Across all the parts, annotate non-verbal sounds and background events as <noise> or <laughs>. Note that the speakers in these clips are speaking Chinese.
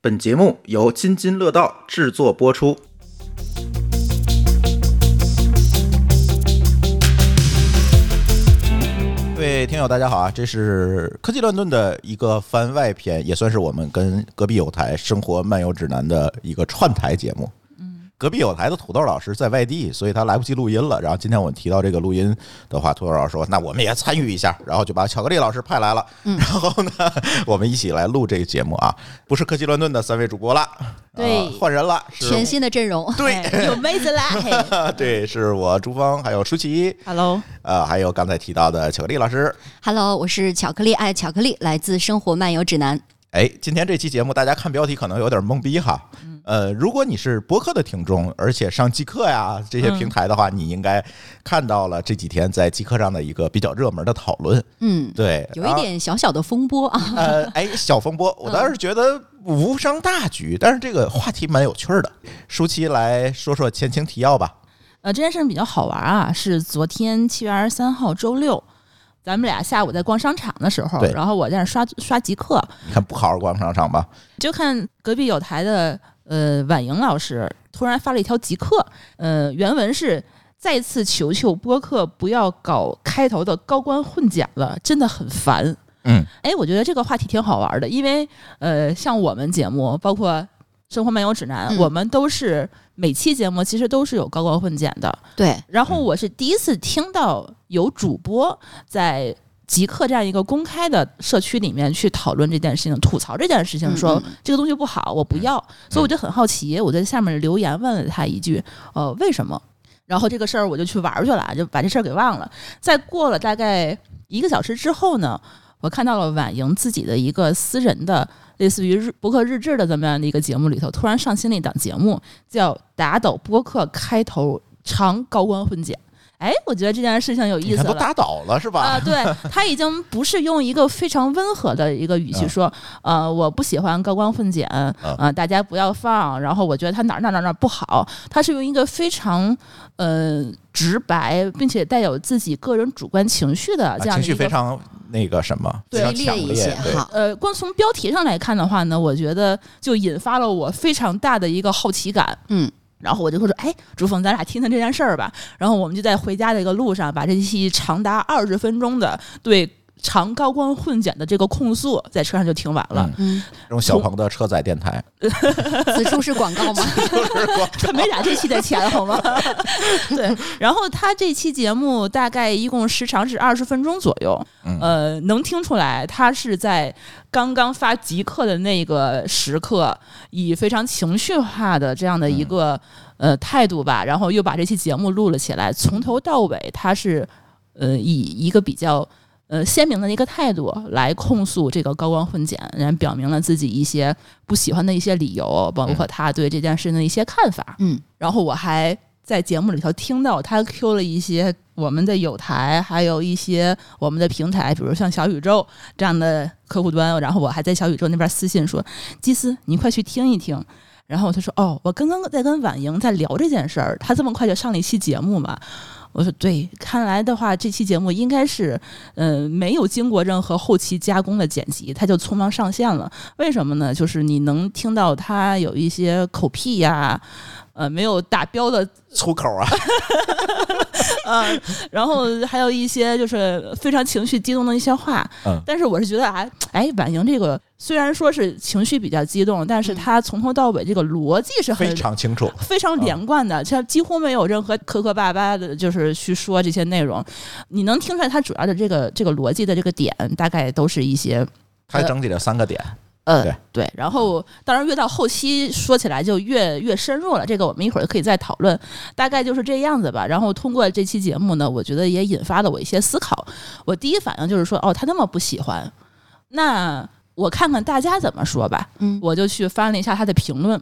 本节目由津津乐道制作播出。各位听友，大家好啊！这是科技乱炖的一个番外篇，也算是我们跟隔壁有台《生活漫游指南》的一个串台节目。隔壁有台的土豆老师在外地，所以他来不及录音了。然后今天我们提到这个录音的话，土豆老师说：“那我们也参与一下。”然后就把巧克力老师派来了。然后呢，我们一起来录这个节目啊，不是科技乱炖的三位主播啦，对啊换人了，是全新的阵容， <laughs> 对哎有妹子啦！嘿对，是我朱峰，还有舒淇， Hello，Hello，呃，还有刚才提到的巧克力老师。 Hello，我是巧克力爱巧克力，来自《生活漫游指南》。哎，今天这期节目大家看标题可能有点懵逼哈。嗯呃，如果你是播客的听众，而且上极客呀这嗯些平台的话，你应该看到了这几天在极客上的一个比较热门的讨论。嗯，对，有一点小小的风波啊。然后。呃，哎，小风波，我倒是觉得无伤大局，但是这个话题蛮有趣儿的。舒淇来说说前情提要吧。呃，这件事儿比较好玩啊，是昨天七月二十三号周六，咱们俩下午在逛商场的时候对，然后我在那儿刷刷极客，你看，不好好逛商场吧？就看隔壁有台的呃婉莹老师突然发了一条极客，呃，原文是。再次求求播客不要搞开头的高官混剪了，真的很烦。嗯，哎，我觉得这个话题挺好玩的，因为呃，像我们节目，包括《生活漫游指南》嗯我们都是每期节目其实都是有高光混剪的。 <laughs> 对，然后我是第一次听到有主播在极客这样一个公开的社区里面去讨论这件事情、吐槽这件事情，嗯说嗯这个东西不好，我不要。所以我就很好奇，我在下面留言问了他一句：“呃，为什么？”然后这个事儿我就去玩儿去了，就把这事儿给忘了。再过了大概一个小时之后呢，我看到了婉莹自己的一个私人的。类似于日博客日志的这么样的一个节目里头，突然上新了一档节目，叫《打倒播客开头长高官混剪》。哎，我觉得这件事情有你意思看都了。打倒了是吧？啊、 <laughs> 对他已经不是用一个非常温和的一个语气嗯说，呃，我不喜欢高光混剪，啊、大家不要放，然后我觉得他哪儿哪儿哪儿哪儿不好，他是用一个非常呃直白，并且带有自己个人主观情绪的啊这样情的一绪非个常那个什么，非激常强烈一些烈，对。哈。呃，光从标题上来看的话呢，我觉得就引发了我非常大的一个好奇感。嗯，然后我就会说，哎，朱峰，咱俩听听这件事儿吧。然后我们就在回家的一个路上，把这期长达二十分钟的对长高光混剪的这个控诉，在车上就听完了。嗯，这种小鹏的车载电台，此处是广告吗？他 <laughs> 没打这期的钱，好吗？对， <laughs> 然后他这期节目大概一共时长是二十分钟左右，呃，能听出来他是在刚刚发极客的那个时刻，以非常情绪化的这样的一个、呃态度吧，然后又把这期节目录了起来，从头到尾他是呃以一个比较。呃，鲜明的一个态度来控诉这个高光混剪，然后表明了自己一些不喜欢的一些理由，包括他对这件事情的一些看法。 <laughs> 嗯，然后我还在节目里头听到他 Q 了一些我们的有台，还有一些我们的平台，比如像小宇宙这样的客户端。然后我还在小宇宙那边私信说：“基斯，你快去听一听。”然后他说：“哦，我刚刚在跟婉莹在聊这件事儿，她这么快就上了一期节目嘛。”我说：“对，看来的话，这期节目应该是，嗯、没有经过任何后期加工的剪辑，它就匆忙上线了。为什么呢？就是你能听到它有一些口癖呀、呃，没有打标的粗口啊， <laughs> 嗯，然后还有一些就是非常情绪激动的一些话。嗯但是我是觉得啊，哎，婉莹这个虽然说是情绪比较激动，但是她从头到尾这个逻辑是很嗯非常嗯清楚。非常连贯的，她几乎没有任何磕磕巴巴的，就是去说这些内容。你能听出来她主要的这个这个逻辑的这个点，大概都是一些他整理了三个点，呃，对对，然后当然越到后期说起来就越越深入了，这个我们一会儿可以再讨论，大概就是这样子吧。然后通过这期节目呢，我觉得也引发了我一些思考。我第一反应就是说，哦，他那么不喜欢，那我看看大家怎么说吧。嗯我就去翻了一下他的评论，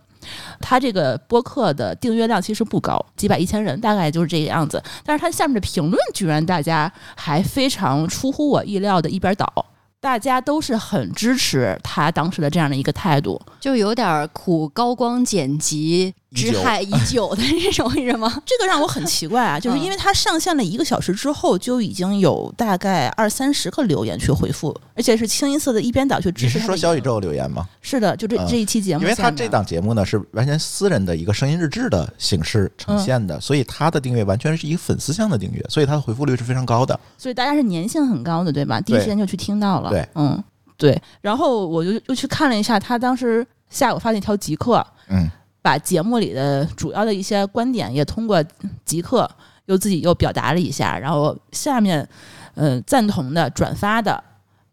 他这个播客的订阅量其实不高，几百一千人，大概就是这个样子。但是他下面的评论居然大家还非常出乎我意料的一边倒，大家都是很支持他当时的这样的一个态度。就有点苦高光剪辑已之久害已久的这种， <laughs> 是吗？这个让我很奇怪啊，就是因为它上线了一个小时之后，就已经有大概二三十个留言去回复，而且是清一色的一边倒去支你是持它说的小宇言宙留言吗？是的，就这、嗯这一期节目因下为面，啊它这档节目呢是完全私人的一个声音日志的形式呈现的，所以它的订阅完全是一个粉丝向的订阅，所以它的回复率是非常高的。所以大家是粘性很高的，对吧？第一对时间就去听到了，对嗯，对。然后我就又去看了一下，他当时下午发那条极客，嗯，把节目里的主要的一些观点也通过极客又自己又表达了一下，然后下面呃赞同的转发的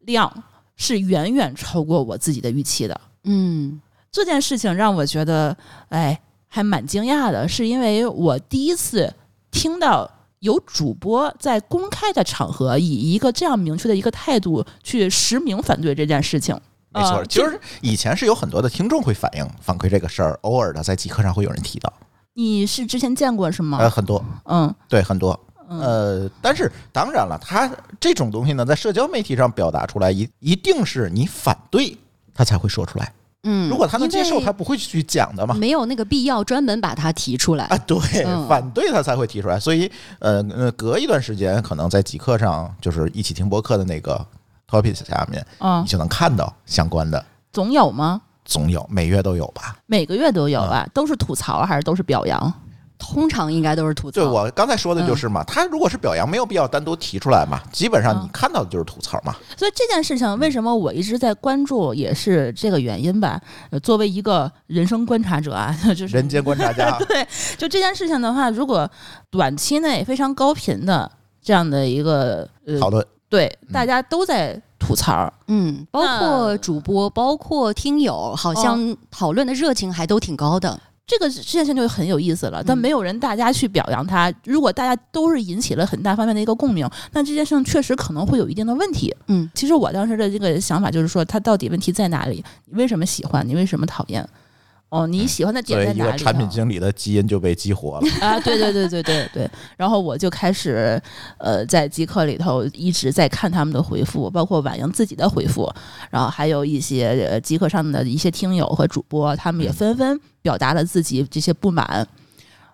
量是远远超过我自己的预期的。嗯这件事情让我觉得，哎，还蛮惊讶的，是因为我第一次听到有主播在公开的场合以一个这样明确的一个态度去实名反对这件事情。没错，呃其这实以前是有很多的听众会反映反馈这个事儿，偶尔的在极客上会有人提到，你是之前见过是吗？呃，很多，嗯对，很多。啊嗯呃，但是当然了，它这种东西呢，在社交媒体上表达出来，一一定是你反对他才会说出来。嗯，如果他能接因受，为他不会去讲的嘛。没有那个必要专门把它提出来啊，，对，嗯反对他才会提出来。所以，呃，呃隔一段时间，可能在极客上，就是一起听播客的那个 topic 下面，嗯你，就能看到相关的，总有吗？总有每月都有吧。每个月都有吧？都是吐槽还是都是表扬？通常应该都是吐槽。对我刚才说的就是嘛，他如果是表扬，没有必要单独提出来嘛。基本上嗯你看到的就是吐槽嘛。所以这件事情为什么我一直在关注，也是这个原因吧。呃，作为一个人生观察者啊， <laughs> 就是人间观察 <laughs> 家对，就这件事情的话，如果短期内非常高频的这样的一个呃，讨论，对，嗯大家都在吐槽，嗯，包括主播，包括听友，好像讨论的热情还都挺高的。这个这件事情就很有意思了。但嗯没有人大家去表扬他，如果大家都是引起了很大方面的一个共鸣，那这件事情确实可能会有一定的问题。嗯其实我当时的这个想法就是说，它到底问题在哪里？你为什么喜欢？你为什么讨厌？哦，你喜欢的点所在以一哪里个呢？产品经理的基因就被激活了。啊，对对对对对对。然后我就开始呃，在极客里头一直在看他们的回复，包括婉莹自己的回复，然后还有一些呃极客上的一些听友和主播，他们也嗯纷纷表达了自己这些不满。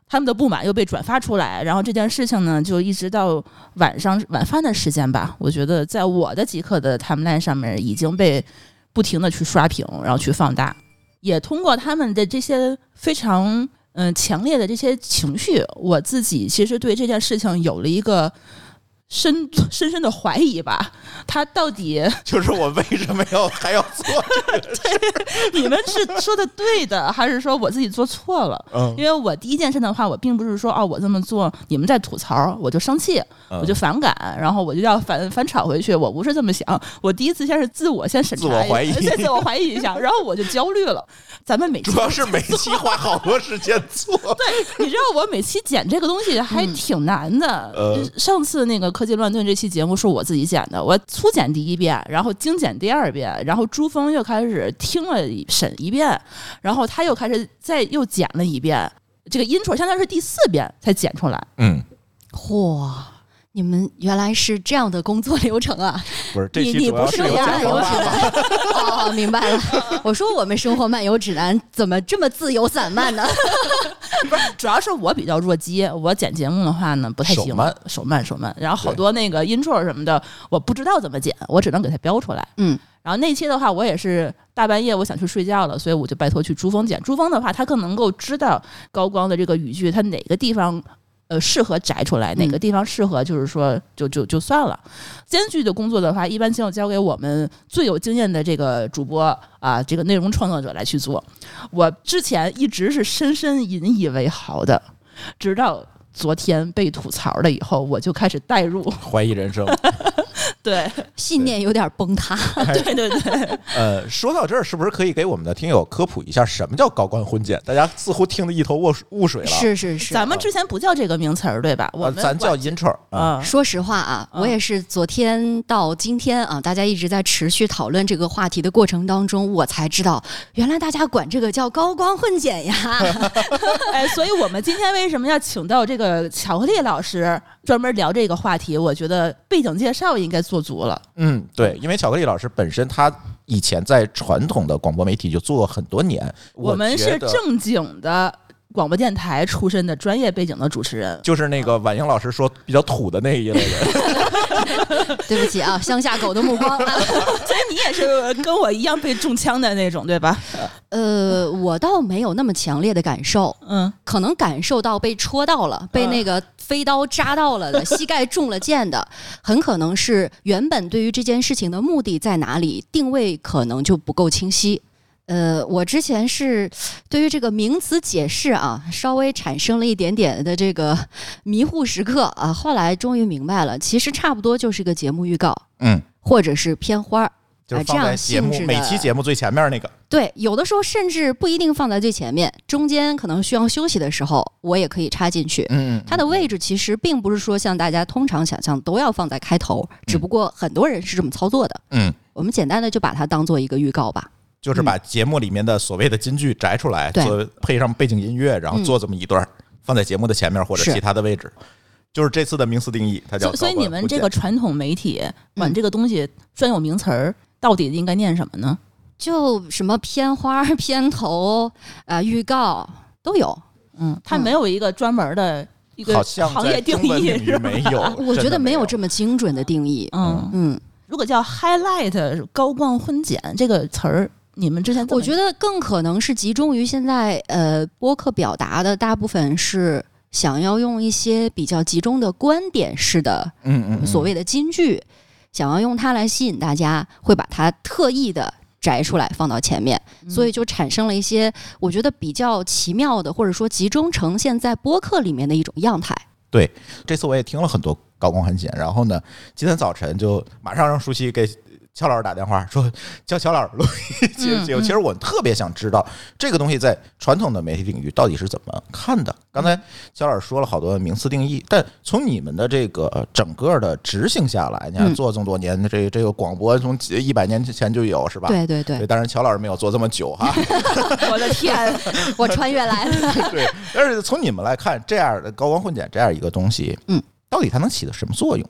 他们的不满又被转发出来，然后这件事情呢，就一直到晚上晚饭的时间吧，我觉得在我的极客的 timeline 上面已经被不停的去刷屏，然后去放大，也通过他们的这些非常嗯、呃强烈的这些情绪，我自己其实对这件事情有了一个深 <laughs> 深深的怀疑吧。他到底就是我为什么要还要做？ <laughs> 你们是说的对的，还是说我自己做错了？嗯因为我第一件事的话，我并不是说哦，我这么做你们在吐槽，我就生气，我嗯就反感，然后我就要反反吵回去。我不是这么想，我第一次先是自我先审查一下，自我怀疑对自我怀疑一下，然后我就焦虑了。咱们每 <laughs> 期主要是每期花好多时间 <laughs> 做。你知道我每期剪这个东西还挺难的。嗯呃上次那个《科技乱炖》这期节目是我自己剪的，我粗剪第一遍，然后精剪第二遍，然后朱峰又开始听了审一遍，然后他又开始再又剪了一遍。这个 intro 相当于是第四遍才剪出来， <laughs> 嗯，嚯，你们原来是这样的工作流程啊！不是 <laughs> 这你期你主要不是由这样甲的方我 <laughs> 爸爸 <laughs> 哦，明白了。我说我们生活漫游指南怎么这么自由散漫呢？主要是我比较弱鸡，我剪节目的话呢不太行，手慢手慢手慢然后好多那个 intro 什么的，我不知道怎么剪，我只能给它标出来。 <laughs> 嗯，然后那期的话，我也是大半夜我想去睡觉了，所以我就拜托去珠峰剪。珠峰的话，他更能够知道高光的这个语句，它哪个地方呃适合摘出来，哪个地方适合就是说就就就算了。艰巨的工作的话，一般请我交给我们最有经验的这个主播啊，这个内容创作者来去做。我之前一直是深深引以为豪的，直到昨天被吐槽了以后，我就开始代入。怀疑人生。对信念有点崩塌。 <laughs> 对对对，呃，说到这儿，是不是可以给我们的听友科普一下什么叫高官婚检？大家似乎听得一头雾水雾水了。 <laughs> 是是是，咱们之前不叫这个名词儿对吧？我呃，们啊咱叫 intro 啊，啊，说实话啊，嗯我也是昨天到今天啊，大家一直在持续讨论这个话题的过程当中，我才知道原来大家管这个叫高光混剪呀。哎，所以我们今天为什么要请到这个巧克力老师专门聊这个话题？我觉得背景介绍应该做足了。嗯，对，因为巧克力老师本身他以前在传统的广播媒体就做过很多年，我们觉是得正经的广播电台出身的专业背景的主持人。就是那个婉莹老师说比较土的那一类 <laughs> 人， <laughs> 对不起啊，乡下狗的目 <laughs> 光。所以你也是跟我一样被中枪的那种，对吧？呃，我倒没有那么强烈的感受，嗯，可能感受到被戳到了，被那个飞刀扎到 <laughs> 了的，膝盖中了箭的，很可能是原本对于这件事情的目的在哪里定位可能就不够清晰。呃，我之前是对于这个名词解释啊，稍微产生了一点点的这个迷糊时刻啊，后来终于明白了，其实差不多就是个节目预告，嗯，或者是片花儿。就是哎这放在样节目性质每的期节目最前面那个，对，有的时候甚至不一定放在最前面，中间可能需要休息的时候，我也可以插进去。嗯，它的位置其实并不是说像大家通常想象都要放在开头，只不过很多人是这么操作的。嗯，我们简单的就把它当做一个预告吧。就是把节目里面的所谓的金句摘出来，嗯对做配上背景音乐，然后做这么一段儿，放在节目的前面或者是其他的位置。就是这次的名词定义，它叫所高所以官你们不这见嗯个传统媒体管这个东西专有名词儿到底应该念什么呢？就什么片花、 <laughs> 片头啊、呃预告都有。嗯，它嗯没有一个专门的一个好像行在业定中文义领域是吧没有，我真觉的得没有有这么精准的定义。嗯，嗯，如果叫 highlight 高光婚检这个词儿，你们之前怎么我觉得更可能是集中于现在呃播客表达的大部分是想要用一些比较集中的观点式的嗯嗯嗯所谓的金句，想要用它来吸引大家，会把它特意的摘出来放到前面，嗯所以就产生了一些我觉得比较奇妙的，或者说集中呈现在播客里面的一种样态。这次我也听了很多高光环节，然后呢，今天早晨就马上让舒淇给乔老师打电话说叫乔老师录一期节目。其实我特别想知道这个东西在传统的媒体领域到底是怎么看的。刚才乔老师说了好多名词定义，但从你们的这个呃整个的执行下来，你看嗯做这么多年，这这个广播从一百年之前就有是吧？。对对对，当然乔老师没有做这么久哈，得我的天， <laughs> 我穿越来了。 <laughs> 对。但是从你们来看，这样的高光混剪这样一个东西，嗯，到底它能起到什么作用？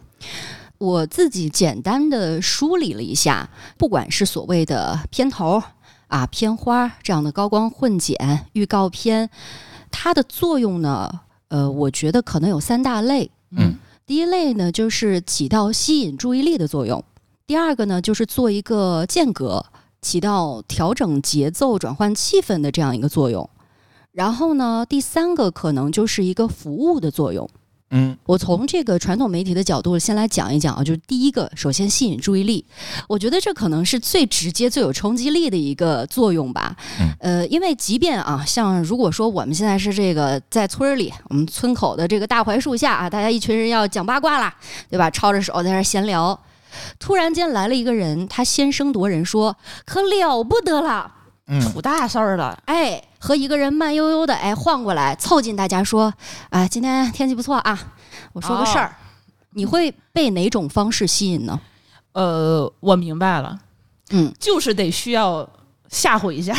我自己简单的梳理了一下，不管是所谓的片头啊、片花这样的高光混剪、预告片，它的作用呢，呃，我觉得可能有三大类。嗯，第一类呢，就是起到吸引注意力的作用；第二个呢，就是做一个间隔，起到调整节奏、转换气氛的这样一个作用。然后呢，第三个可能就是一个服务的作用。嗯我从这个传统媒体的角度先来讲一讲啊，就是第一个，首先吸引注意力，我觉得这可能是最直接、最有冲击力的一个作用吧。嗯呃，因为即便啊，像如果说我们现在是这个在村儿里，我们村口的这个大槐树下啊，大家一群人要讲八卦啦，对吧？抄着手在那儿闲聊，突然间来了一个人，他先声夺人说：“可了不得了！”嗯，出大事儿了。哎，和一个人慢悠悠的哎晃过来，凑近大家说，哎，今天天气不错啊，我说个事儿，哦你会被哪种方式吸引呢？呃，我明白了，嗯，就是得需要吓唬一下。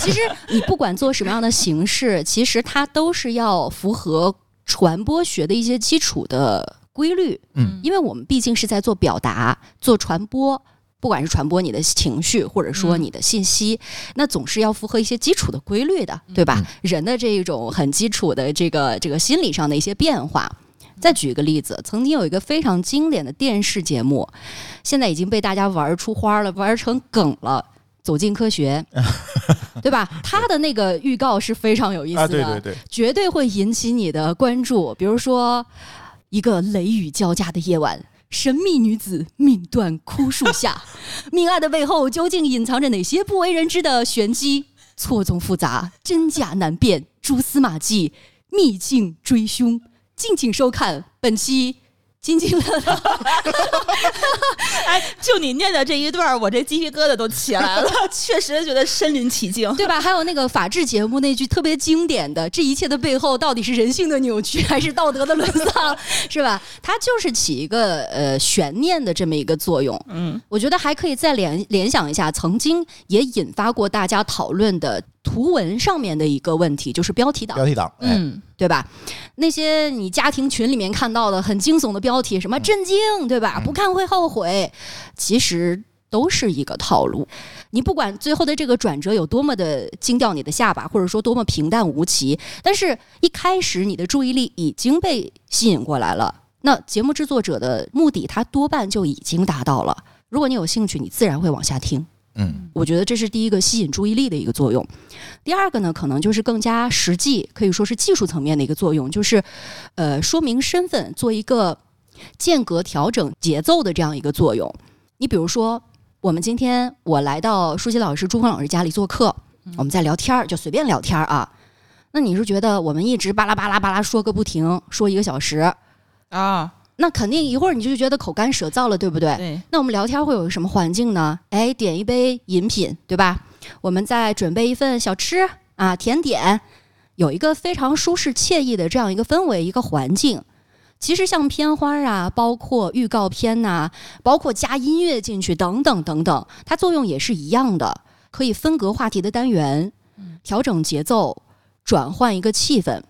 其实你不管做什么样的形式，其实它都是要符合传播学的一些基础的规律。嗯，因为我们毕竟是在做表达、做传播，不管是传播你的情绪，或者说嗯你的信息，那总是要符合一些基础的规律的，对吧？人的这一种很基础的这个这个心理上的一些变化。再举一个例子，曾经有一个非常经典的电视节目，现在已经被大家玩出花了，玩成梗了。走进 <laughs> 科学，对吧？它的那个预告是非常有意思的，啊，对对对，绝对会引起你的关注。比如说，一个雷雨交加的夜晚，神秘女子命断枯树 <laughs> 下，命案的背后究竟隐藏着哪些不为人知的玄机？错综复杂，真假难辨，蛛丝马迹，秘境追凶。敬请收看本期《津津乐道》。 <laughs> 哎，就你念的这一段儿，我这鸡皮疙瘩都起来 <laughs> 了，确实觉得身临其境。对吧？还有那个法制节目那句特别经典的“这一切的背后到底是人性的扭曲还是道德的沦丧”，是吧？它就是起一个呃悬念的这么一个作用。嗯，我觉得还可以再联联想一下，曾经也引发过大家讨论的图文上面的一个问题，就是标题党标。题党，哎，嗯，对吧？那些你家庭群里面看到的很惊悚的标题，什么震惊，对吧？不看会后悔，其实都是一个套路。你不管最后的这个转折有多么的惊掉你的下巴，或者说多么平淡无奇，但是一开始你的注意力已经被吸引过来了。那节目制作者的目的，他多半就已经达到了。如果你有兴趣，你自然会往下听。嗯我觉得这是第一个吸引注意力的一个作用。第二个呢，可能就是更加实际，可以说是技术层面的一个作用，就是呃说明身份，做一个间隔调整节奏的这样一个作用。你比如说，我们今天我来到舒淇老师、朱峰老师家里做客，我们在聊天儿，就随便聊天儿啊。那你是觉得我们一直巴拉巴拉巴拉说个不停，说一个小时，啊，那肯定一会儿你就觉得口干舌燥了，对不对？对，那我们聊天会有什么环境呢？哎，点一杯饮品，对吧？我们再准备一份小吃啊，甜点，有一个非常舒适惬意的这样一个氛围，一个环境。其实像片花啊，包括预告片呐、包括加音乐进去等等等等，它作用也是一样的，可以分隔话题的单元，调整节奏，转换一个气氛。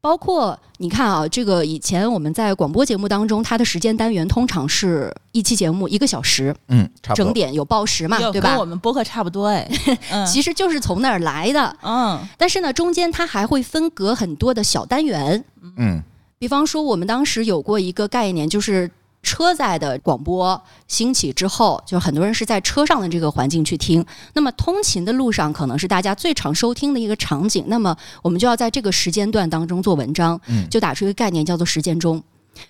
包括你看啊，这个以前我们在广播节目当中，它的时间单元通常是一期节目一个小时，嗯，差不整多。点有报时嘛，要对跟吧我？们播客差不多哎，嗯其实就是从那儿来的。嗯但是呢，中间它还会分隔很多的小单元，嗯比方说我们当时有过一个概念，就是车载的广播兴起之后，就很多人是在车上的这个环境去听。那么通勤的路上可能是大家最常收听的一个场景，那么我们就要在这个时间段当中做文章。嗯，就打出一个概念叫做时间钟。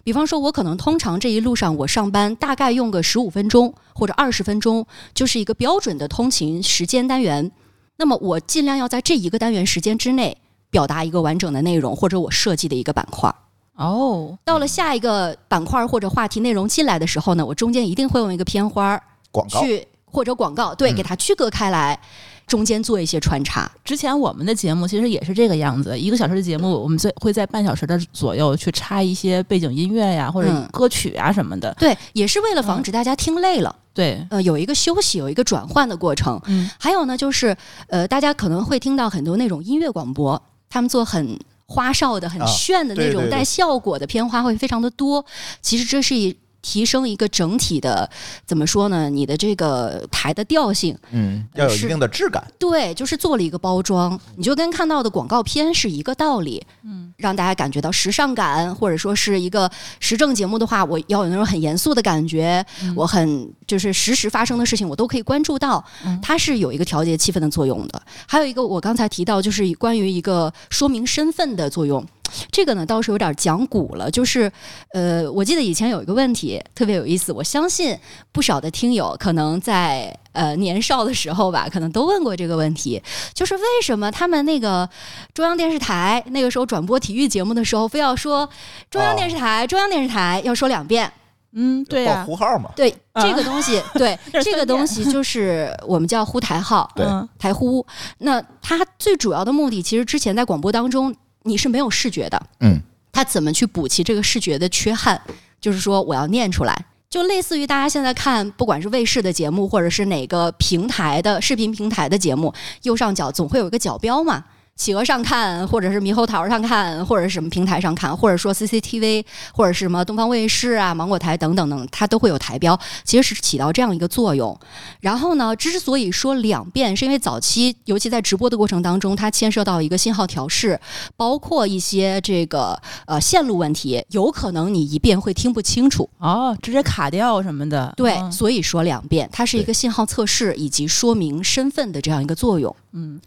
比方说，我可能通常这一路上我上班大概用个十五分钟或者二十分钟，就是一个标准的通勤时间单元。那么我尽量要在这一个单元时间之内表达一个完整的内容，或者我设计的一个板块。哦，到了下一个板块或者话题内容进来的时候呢，我中间一定会用一个片花儿广告去或者广告，对，嗯给它区隔开来，中间做一些穿插。之前我们的节目其实也是这个样子，一个小时的节目，我们最会在半小时的左右去插一些背景音乐呀，或者嗯歌曲啊什么的。对，也是为了防止大家听累了，对，呃，有一个休息，有一个转换的过程。嗯，还有呢，就是呃，大家可能会听到很多那种音乐广播，他们做很花哨的、很啊炫的那对对种对带效果的片花会非常的多。其实这是一提升一个整体的怎么说呢？你的这个台的调性，嗯，要有一是定的质感。对，就是做了一个包装，你就跟看到的广告片是一个道理。嗯，让大家感觉到时尚感，或者说是一个时政节目的话，我要有那种很严肃的感觉，我很就是实时发生的事情，我都可以关注到，它是有一个调节气氛的作用的。还有一个我刚才提到，就是关于一个说明身份的作用。这个呢倒是有点讲古了，就是，呃，我记得以前有一个问题特别有意思，我相信不少的听友可能在呃年少的时候吧，可能都问过这个问题，就是为什么他们那个中央电视台那个时候转播体育节目的时候，非要说中央电视台、中央电视台要说两遍？嗯，对报呀、呼号嘛，对，啊这个东西，对这是这个三遍东西就是我们叫呼台号，对嗯台呼。那它最主要的目的，其实之前在广播当中你是没有视觉的，嗯，它怎么去补齐这个视觉的缺憾？就是说，我要念出来，就类似于大家现在看，不管是卫视的节目，或者是哪个平台的视频平台的节目，右上角总会有一个角标嘛。企鹅上看，或者是猕猴桃上看，或者是什么平台上看，或者说 CCTV，或者是什么东方卫视啊、芒果台等等等，它都会有台标，其实是起到这样一个作用。然后呢，之所以说两遍，是因为早期，尤其在直播的过程当中，它牵涉到一个信号调试，包括一些这个呃线路问题，有可能你一遍会听不清楚。哦，直接卡掉什么的。对，嗯所以说两遍，它是一个信号测试以及说明身份的这样一个作用。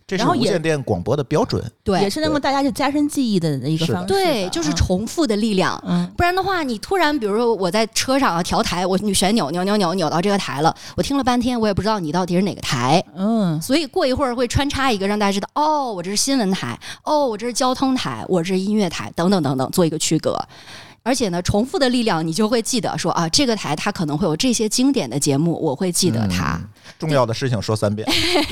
这是然后无也线电广播的标准。嗯也对是能够大家去加深记忆的一个是的方式吧。啊对，就是重复的力量。嗯不然的话，你突然，比如说我在车上啊调台，我旋钮扭扭扭扭到这个台了，我听了半天，我也不知道你到底是哪个台，嗯所以过一会儿会穿插一个让大家知道，哦，我这是新闻台，哦，我这是交通台，我这是音乐台，等等等等，做一个区隔。而且呢，重复的力量，你就会记得说啊，这个台它可能会有这些经典的节目，我会记得它。嗯重要的事情说三遍。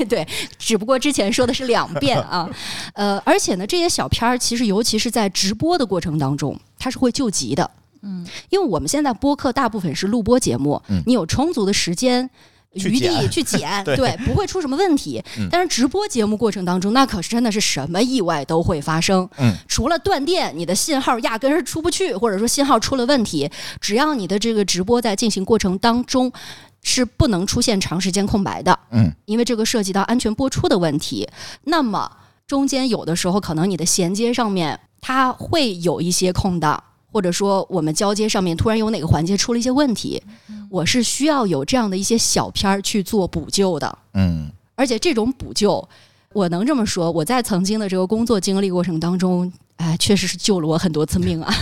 对，只不过之前说的是两 <laughs> 遍啊，呃，而且呢，这些小片儿其实尤其是在直播的过程当中，它是会救急的。嗯，因为我们现在播客大部分是录播节目，嗯你有充足的时间。去余地剪去剪， <laughs> 对嗯不会出什么问题。但是直播节目过程当中，那可是真的是什么意外都会发生。嗯，除了断电，你的信号压根儿出不去，或者说信号出了问题，只要你的这个直播在进行过程当中，是不能出现长时间空白的，嗯，因为这个涉及到安全播出的问题。那么中间有的时候可能你的衔接上面它会有一些空档，或者说我们交接上面突然有哪个环节出了一些问题，我是需要有这样的一些小片儿去做补救的。嗯而且这种补救，我能这么说，我在曾经的这个工作经历过程当中，哎，确实是救了我很多次命啊，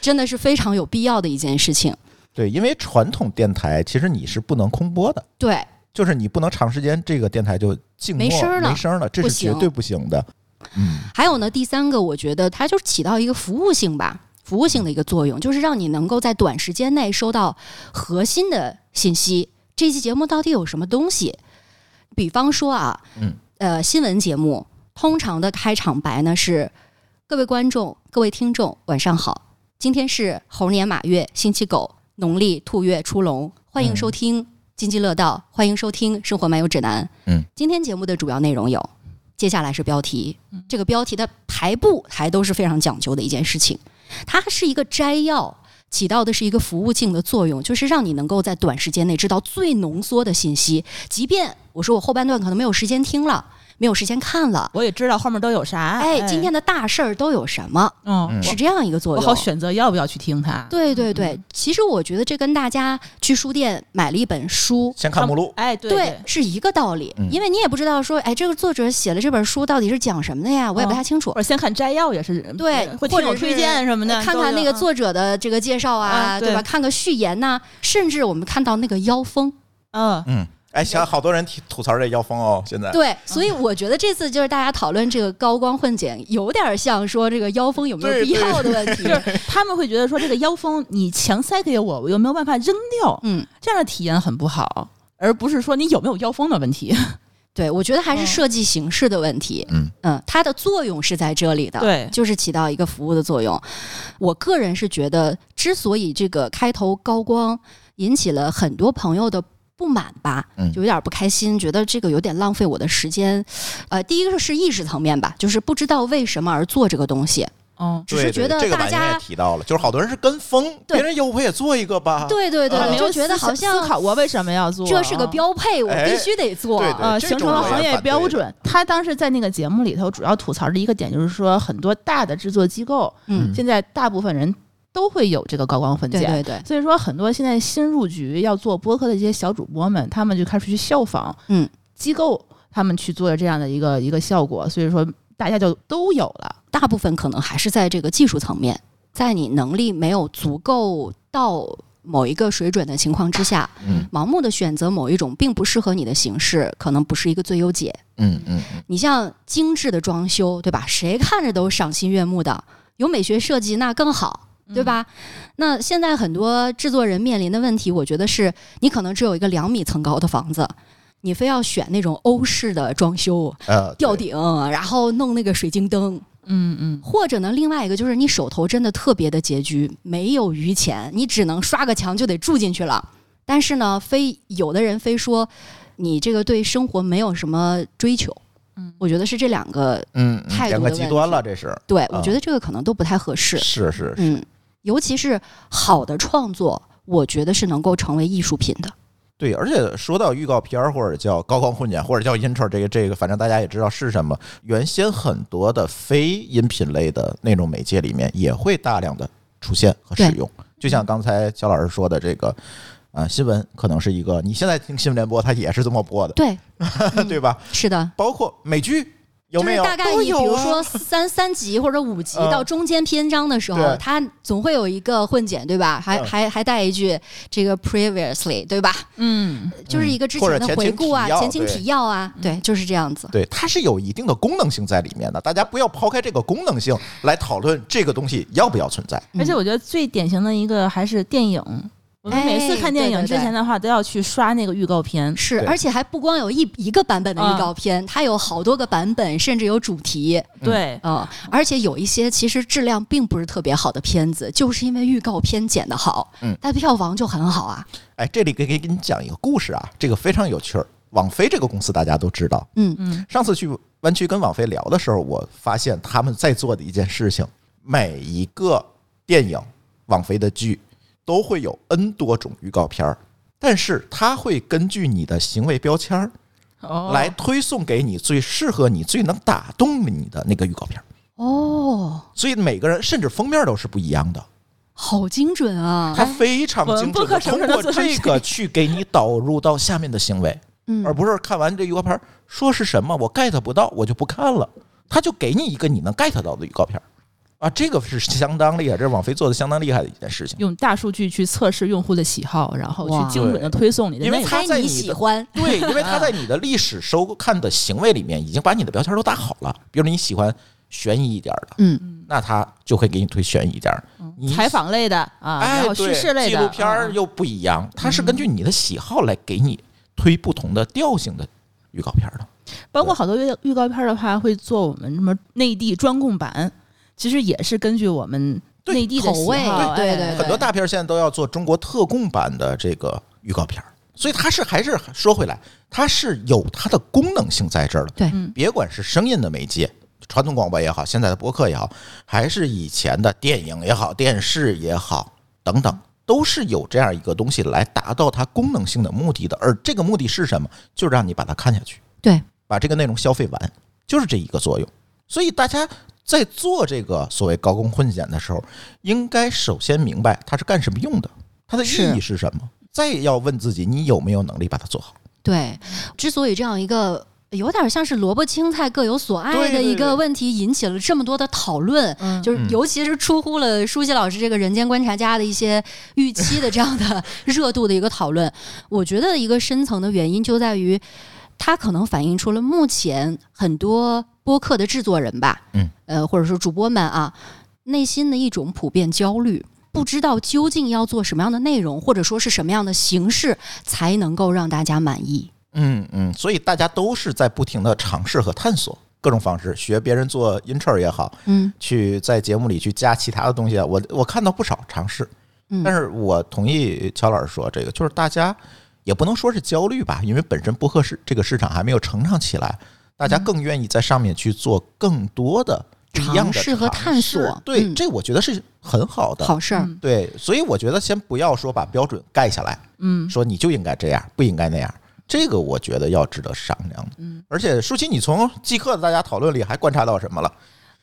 真的是非常有必要的一件事情。对，因为传统电台其实你是不能空播的，对，就是你不能长时间这个电台就静默没声儿了没声儿了，这不是绝行对不行的。嗯，还有呢，第三个，我觉得它就是起到一个服务性吧，服务性的一个作用，就是让你能够在短时间内收到核心的信息。这期节目到底有什么东西？比方说啊，嗯，呃，新闻节目通常的开场白呢是：各位观众、各位听众，晚上好，今天是猴年马月，星期狗，农历兔月出笼，欢迎收听《津津乐道》，欢迎收听《生活漫游指南》。嗯，今天节目的主要内容有。接下来是标题，这个标题的排布还都是非常讲究的一件事情，它是一个摘要，起到的是一个服务性的作用，就是让你能够在短时间内知道最浓缩的信息，即便我说我后半段可能没有时间听了，没有时间看了，我也知道后面都有啥。哎，今天的大事儿都有什么，啊嗯，是这样一个作我用。好选嗯择要不要去听它。对对对，其实我觉得这跟大家去书店买了一本书，先看目录，哎，对对，是一个道理嗯，因为你也不知道说，哎，这个作者写了这本书到底是讲什么的呀，我也不嗯太清楚或。者先看摘要也是，嗯对会或听者我推荐什么的，看都有看那个嗯作者的这个介绍啊，啊对吧？对看个序言呐、甚至我们看到那个妖风，嗯，嗯，哎，想好多人提吐槽这妖风哦，现在对，所以我觉得这次就是大家讨论这个高光混剪，有点像说这个妖风有没有对必要的问题 <laughs> 就。是他们会觉得说这个妖风你强塞给我，我有没有办法扔掉？嗯，这样的体验很不好，而不是说你有没有妖风的问题。对，我觉得还是嗯设计形式的问题。嗯它的作用是在这里的，对就是起到一个服务的作用。我个人是觉得，之所以这个开头高光引起了很多朋友的不满吧，嗯就有点不开心，觉得这个有点浪费我的时间。呃，第一个是意识层面吧，就是不知道为什么而做这个东西，嗯，只是对觉得对这个大咱应该家也。提到了，就是好多人是跟风，对别人有我也做一个吧。对对对，啊没有就觉得思好像思考过为什么要做，啊这是个标配，我哎必须得做。对对呃，这形成种了我也行业反对标准。他当时在那个节目里头，主要吐槽的一个点就是说，很多大的制作机构嗯，现在大部分人都会有这个高光混对剪，对对，所以说很多现在新入局要做播客的这些小主播们，他们就开始去效仿，嗯，机构他们去做的这样的一个一个效果，所以说大家就都有了。大部分可能还是在这个技术层面，在你能力没有足够到某一个水准的情况之下，嗯盲目的选择某一种并不适合你的形式，可能不是一个最优解。嗯嗯嗯，你像精致的装修，对吧？谁看着都赏心悦目的，有美学设计那更好。对吧？那现在很多制作人面临的问题，我觉得是你可能只有一个两米层高的房子，你非要选那种欧式的装修，呃，吊对顶，然后弄那个水晶灯，嗯嗯，或者呢，另外一个就是你手头真的特别的拮据，没有余钱，你只能刷个墙就得住进去了。但是呢，非有的人非说你这个对生活没有什么追求，嗯，我觉得是这两个，嗯，嗯态度两个的极问端题了，这是对啊我觉得这个可能都不太合适，是是嗯，尤其是好的创作，我觉得是能够成为艺术品的，对，而且说到预告片儿，或者叫高光混剪，或者叫 intro，这个这个，反正大家也知道是什么。原先很多的非音频类的那种媒介里面，也会大量的出现和使对用。就像刚才肖老师说的，这个啊、呃新闻可能是一个，你现在听新闻联播，它也是这么播的， <laughs> 对，对吧？是的。包括美剧有没有？就是大概都你有比如啊说三三集或者五集嗯到中间篇章的时候对，它总会有一个混剪，对吧？还嗯还还带一句这个 previously，对吧？嗯，就是一个之前或者的前情回顾啊提要，前情对提要啊，嗯对，就是这样子。对，它是有一定的功能性在里面的。大家不要抛开这个功能性来讨论这个东西要不要存在。而且我觉得最典型的一个还是电影。我们每次哎看电对影对之对前的话，都要去刷那个预告片。是对，而且还不光有一一个版本的预告嗯片，它有好多个版本，甚至有主题对，啊、而且有一些其实质量并不是特别好的片子，就是因为预告片剪得好，嗯但票房就很好啊。哎，这里给给给你讲一个故事啊，这个非常有趣儿。网飞这个公司大家都知道，嗯嗯，上次去湾区跟网飞聊的时候，我发现他们在做的一件事情，每一个电影、网飞的剧都会有 N 多种预告片儿，但是它会根据你的行为标签儿哦，来推送给你最适合你、最能打动你的那个预告片儿。哦，所以每个人甚至封面都是不一样的，好精准啊！它非常精我们不准可的承通认的过做成这个去给你导入到下面的行为，嗯而不是看完这预告片儿说是什么我 get 不到，我就不看了。它就给你一个你能 get 到的预告片儿啊，这个是相当厉害，这是网飞做的相当厉害的一件 <laughs> 事情。用大数据去测试用户的喜好，然后哇去精准的推送你的因为内容。它猜在你你喜的欢，对，因为它在你的历史收看的行为里面已经把你的标签都打好了。比如你喜欢悬疑一点儿的，嗯，那它就会给你推悬疑一点儿。你嗯采访类的啊，哎，然后对叙事类的纪录片儿嗯又不一样，它是根据你的喜好来给你推不同的调性的预告片儿的。包括好多预预告片的话，会做我们什么内地专供版，其实也是根据我们对内地的口喜味好，对哎对对很多大片儿现在都要做中国特供版的这个预告片儿，所以它是还是说回来，它是有它的功能性在这儿的。对，别管是声音的媒介，传统广播也好，现在的播客也好，还是以前的电影也好、电视也好等等，都是有这样一个东西来达到它功能性的目的的。而这个目的是什么？就让你把它看下去，对，把这个内容消费完，就是这一个作用。所以大家。在做这个所谓高工混剪的时候，应该首先明白它是干什么用的，它的意义是什么，再要问自己你有没有能力把它做好。对，嗯之所以这样一个有点像是萝卜青菜各有所爱对的对嗯一个对问题，引起了这么多的讨论，就是尤其是出乎了舒淇老师这个人间观察家的一些预期的这样的 <laughs> 热度的一个讨论。我觉得一个深层的原因就在于，它可能反映出了目前很多播客的制作人吧，嗯，呃，或者说主播们啊，内心的一种普遍焦虑。不知道究竟要做什么样的内容，或者说是什么样的形式，才能够让大家满意。嗯嗯，所以大家都是在不停的尝试和探索各种方式，学别人做 intro 也好，嗯，去在节目里去加其他的东西啊。我我看到不少尝试，嗯但是我同意乔老师说，这个就是大家也不能说是焦虑吧，因为本身播客市这个市场还没有成长起来，大家更愿意在上面去做更多的不一样的尝试和探索尝试对，嗯这我觉得是很好的，好事儿，对，所以我觉得先不要说把标准盖下来，嗯，说你就应该这样，不应该那样，这个我觉得要值得商量的。嗯，而且舒淇，你从即刻的大家讨论里还观察到什么了？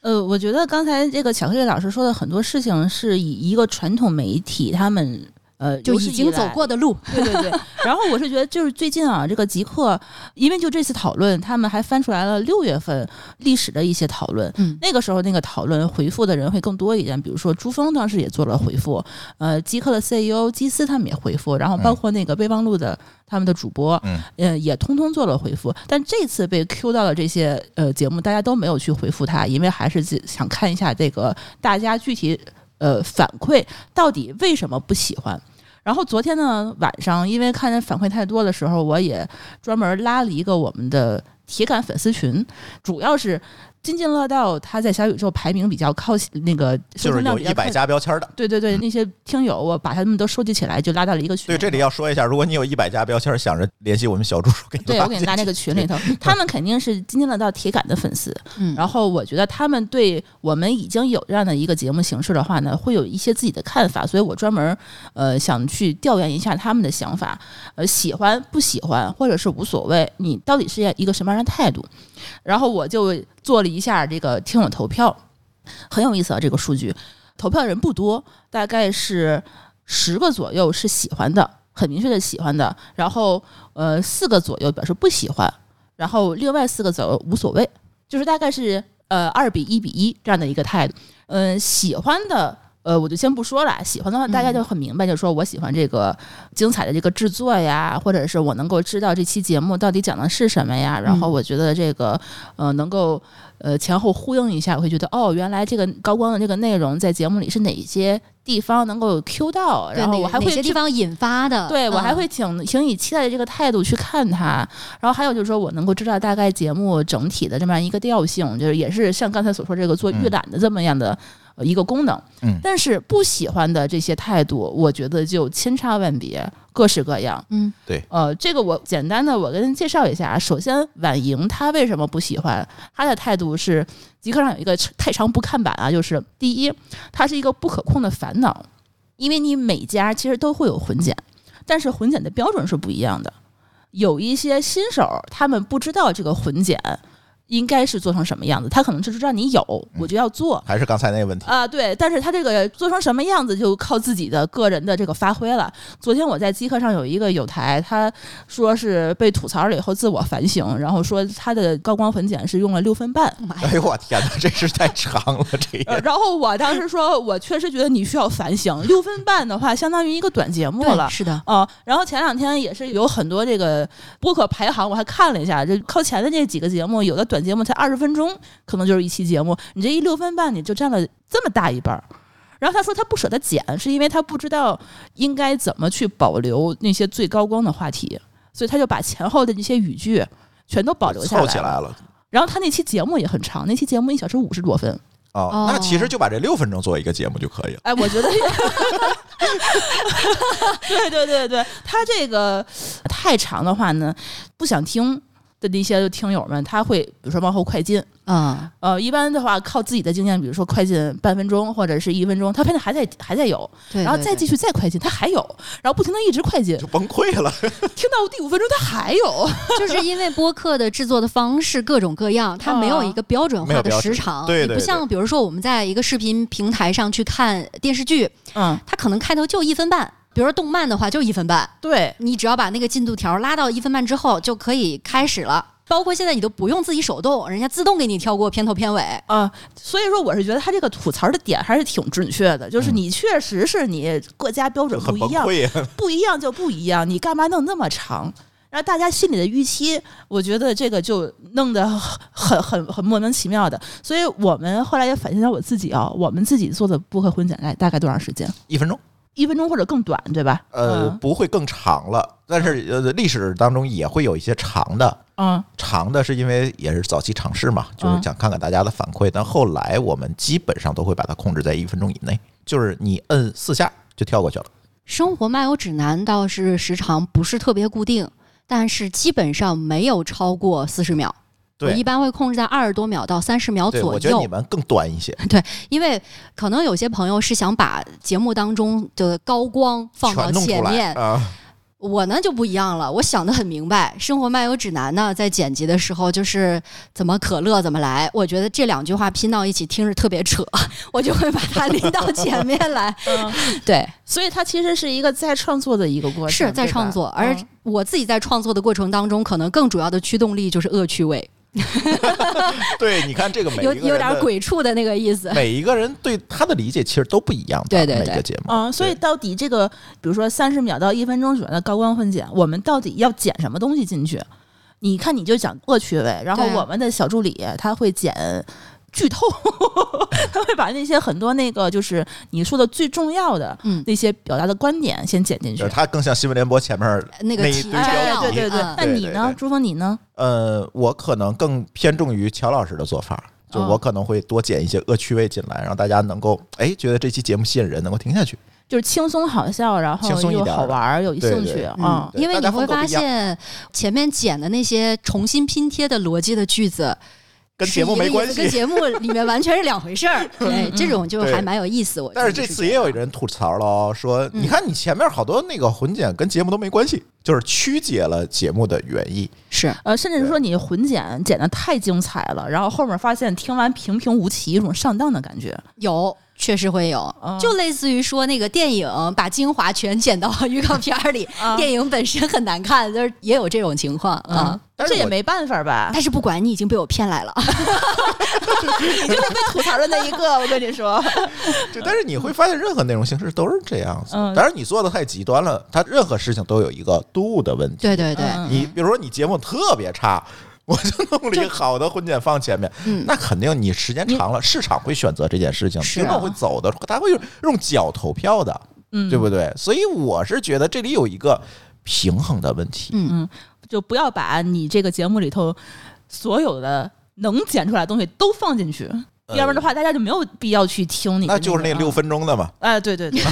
呃，我觉得刚才这个巧克力老师说的很多事情，是以一个传统媒体他们呃就有史已经以走来过的路，对对对。然后我是觉得，就是最近啊，这个极客，因为就这次讨论，他们还翻出来了六月份历史的一些讨论。嗯那个时候那个讨论回复的人会更多一点，比如说朱峰当时也做了回复，呃，极客的 CEO 基斯他们也回复，然后包括那个备忘录的他们的主播，嗯，呃，也通通做了回复。但这次被 Q 到的这些呃节目，大家都没有去回复他，因为还是自想看一下这个大家具体呃反馈到底为什么不喜欢。然后昨天呢晚上，因为看见反馈太多的时候，我也专门拉了一个我们的铁杆粉丝群，主要是津津乐道他在小宇宙排名比较靠前那个收就是听量有比较一靠百加标签的。对对对，那些听友我把他们都收集起来，就拉到了一个群。对，这里要说一下，如果你有一百加标签，想着联系我们小助手，给你对，拉我给你进拉那去个 <laughs> 群里头，他们肯定是津津乐道铁杆的粉丝。嗯然后我觉得他们对我们已经有这样的一个节目形式的话呢，会有一些自己的看法，所以我专门呃想去调研一下他们的想法，呃，喜欢不喜欢，或者是无所谓，你到底是一个什么样的态度？然后我就做了一下这个听友投票，很有意思啊，这个数据，投票人不多，大概是十个左右是喜欢的，很明确的喜欢的，然后呃四个左右表示不喜欢，然后另外四个左右无所谓，就是大概是呃二比一比一这样的一个态度。嗯、喜欢的。呃，我就先不说了。喜欢的话，大家就很明白，就说我喜欢这个精彩的这个制作呀，或者是我能够知道这期节目到底讲的是什么呀。然后我觉得这个，呃，能够呃前后呼应一下，我会觉得哦，原来这个高光的这个内容在节目里是哪些地方能够 Q 到，然后我还会哪些去地方引发的，对我嗯还会挺挺以期待的这个态度去看它，然后还有就是说我能够知道大概节目整体的这么样一个调性，就是也是像刚才所说这个做预览的这么样的呃一个功能。嗯但是不喜欢的这些态度，我觉得就千差万别，各式各样。嗯，对呃，这个我简单的我跟您介绍一下啊。首先，婉莹她为什么不喜欢？她的态度是极客上有一个太长不看版啊，就是第一，它是一个不可控的烦恼，因为你每家其实都会有混剪。但是混检的标准是不一样的。有一些新手儿，他们不知道这个混检应该是做成什么样子，他可能就是让你有，我就要做，还是刚才那个问题，啊，对，但是他这个做成什么样子，就靠自己的个人的这个发挥了。昨天我在机课上有一个有台，他说是被吐槽了以后自我反省，然后说他的高光混检是用了六分半。 <laughs> 哎呦我天哪，这是太长了，这呃也然后我当时说，我确实觉得你需要反省。六分半的话，相当于一个短节目对了。是的，哦，然后前两天也是有很多这个播客排行，我还看了一下，这靠前的这几个节目，有的短节目才二十分钟，可能就是一期节目，你这一六分半你就占了这么大一半儿。然后他说他不舍得剪，是因为他不知道应该怎么去保留那些最高光的话题，所以他就把前后的那些语句全都保留下凑起来了。来了。然后他那期节目也很长，那期节目一小时五十多分。哦哦，那其实就把这六分钟做一个节目就可以了。哎，<laughs> 我觉得，对对对对，他这个太长的话呢，不想听的那些听友们，他会比如说往后快进。嗯，呃，一般的话，靠自己的经验，比如说快进半分钟或者是一分钟，他发现还在还在有，对，然后对再继，续再快进，他还有，然后不停的一直快进，就崩溃了，听到第五分钟他 <laughs> 还有，对就是因为播客的制作的方式各种各样，它没有一个标准没化有的标时准长，对你对不对像比如说我们在一个视频平台上去看电视剧，嗯，它可能开头就一分半，比如说动漫的话就一分半，对，你只要把那个进度条拉到一分半之后就可以开始了。包括现在你都不用自己手动，人家自动给你跳过片头片尾。啊、所以说我是觉得他这个吐槽的点还是挺准确的，就是你确实是你各家标准就嗯很不崩一样，溃。 <laughs> 不一样就不一样，你干嘛弄那么长？然后大家心里的预期，我觉得这个就弄得很很很莫名其妙的。所以我们后来也反省到我自己啊，我们自己做的播客混剪来大概多长时间？一分钟，一分钟或者更短，对吧？呃，嗯不会更长了，但是呃，历史当中也会有一些长的，嗯，长的是因为也是早期尝试嘛，就是嗯想看看大家的反馈。但后来我们基本上都会把它控制在一分钟以内，就是你摁四下就跳过去了。生活漫游指南倒是时长不是特别固定，但是基本上没有超过四十秒。我一对，般会控制在二十多秒到三十秒对，左我觉得右你，们更短一些，因为可能有些朋友是想把节目当中的高光放到全弄前出来面，啊。我呢就不一样了，我想的很明白，《生活漫游指南》呢，在剪辑的时候就是怎么可乐怎么来。我觉得这两句话拼到一起听着特别扯， <laughs> 我就会把它拎到前面来。对，嗯所以它其实是一个再创作的一个过程，是在对吧创作，而嗯我自己在创作的过程当中，可能更主要的驱动力就是恶趣味，对，你看这个每一有个有人点的，鬼畜的那个意思。每一个人对他的理解其实都不一样的。对对对每个节目，嗯，所以到底这个，比如说三十秒到一分钟左右的高光混剪，我们到底要剪什么东西进去？你看，你就讲恶趣味，然后对啊我们的小助理他会剪剧透， <laughs> 他会把那些很多那个就是你说的最重要的嗯那些表达的观点先剪进去就是。他更像新闻联播前面儿那个那提一堆纲标哎，题对对对嗯，那你对对呢对，朱峰？你呢？呃，我可能更偏重于乔老师的做法，就哦我可能会多剪一些恶趣味进来，让大家能够哎觉得这期节目吸引人，能够听下去。就是轻松好笑，然轻后松一又点儿好的玩儿，有对兴对趣啊。嗯，对因为大你家会风格发不一样现前面剪的那些重新拼贴的逻辑的句子，跟是节目一个没意思关系跟节目里面完全是两回事 <laughs> 儿。对，这种就对还蛮有意思。我但是觉这得次也有人吐槽了哦，说嗯你看你前面好多那个混剪跟节目都没关系，就是曲解了节目的原意。是呃，甚至是对说你混剪剪的太精彩了，然后后面发现听完平平无奇，一种上当的感觉。有，确实会有，嗯就类似于说那个电影把精华全剪到 <laughs> 预告片儿里，嗯电影本身很难看，就是也有这种情况啊。嗯，但是这也我没办法 <laughs> 吧？但是不管你已经被我骗来了， <laughs> 你就是被吐槽的那一个，我跟你说。就但是你会发现，任何内容形式都是这样子。嗯当然，你做的太极端了，它任何事情都有一个度的问题。对对对，嗯你比如说你节目特别差， <laughs> 我就弄了一个好的混剪放前面，嗯那肯定你时间长了，市场会选择这件事情，是评啊论会走的，他会用用脚投票的， <laughs> 嗯，对不对？所以我是觉得这里有一个平衡的问题。嗯就不要把你这个节目里头所有的能剪出来的东西都放进去，呃嗯要不然的话，大家就没有必要去听你的、那就是那个啊六。分钟的嘛，哎，对对 <laughs> 对，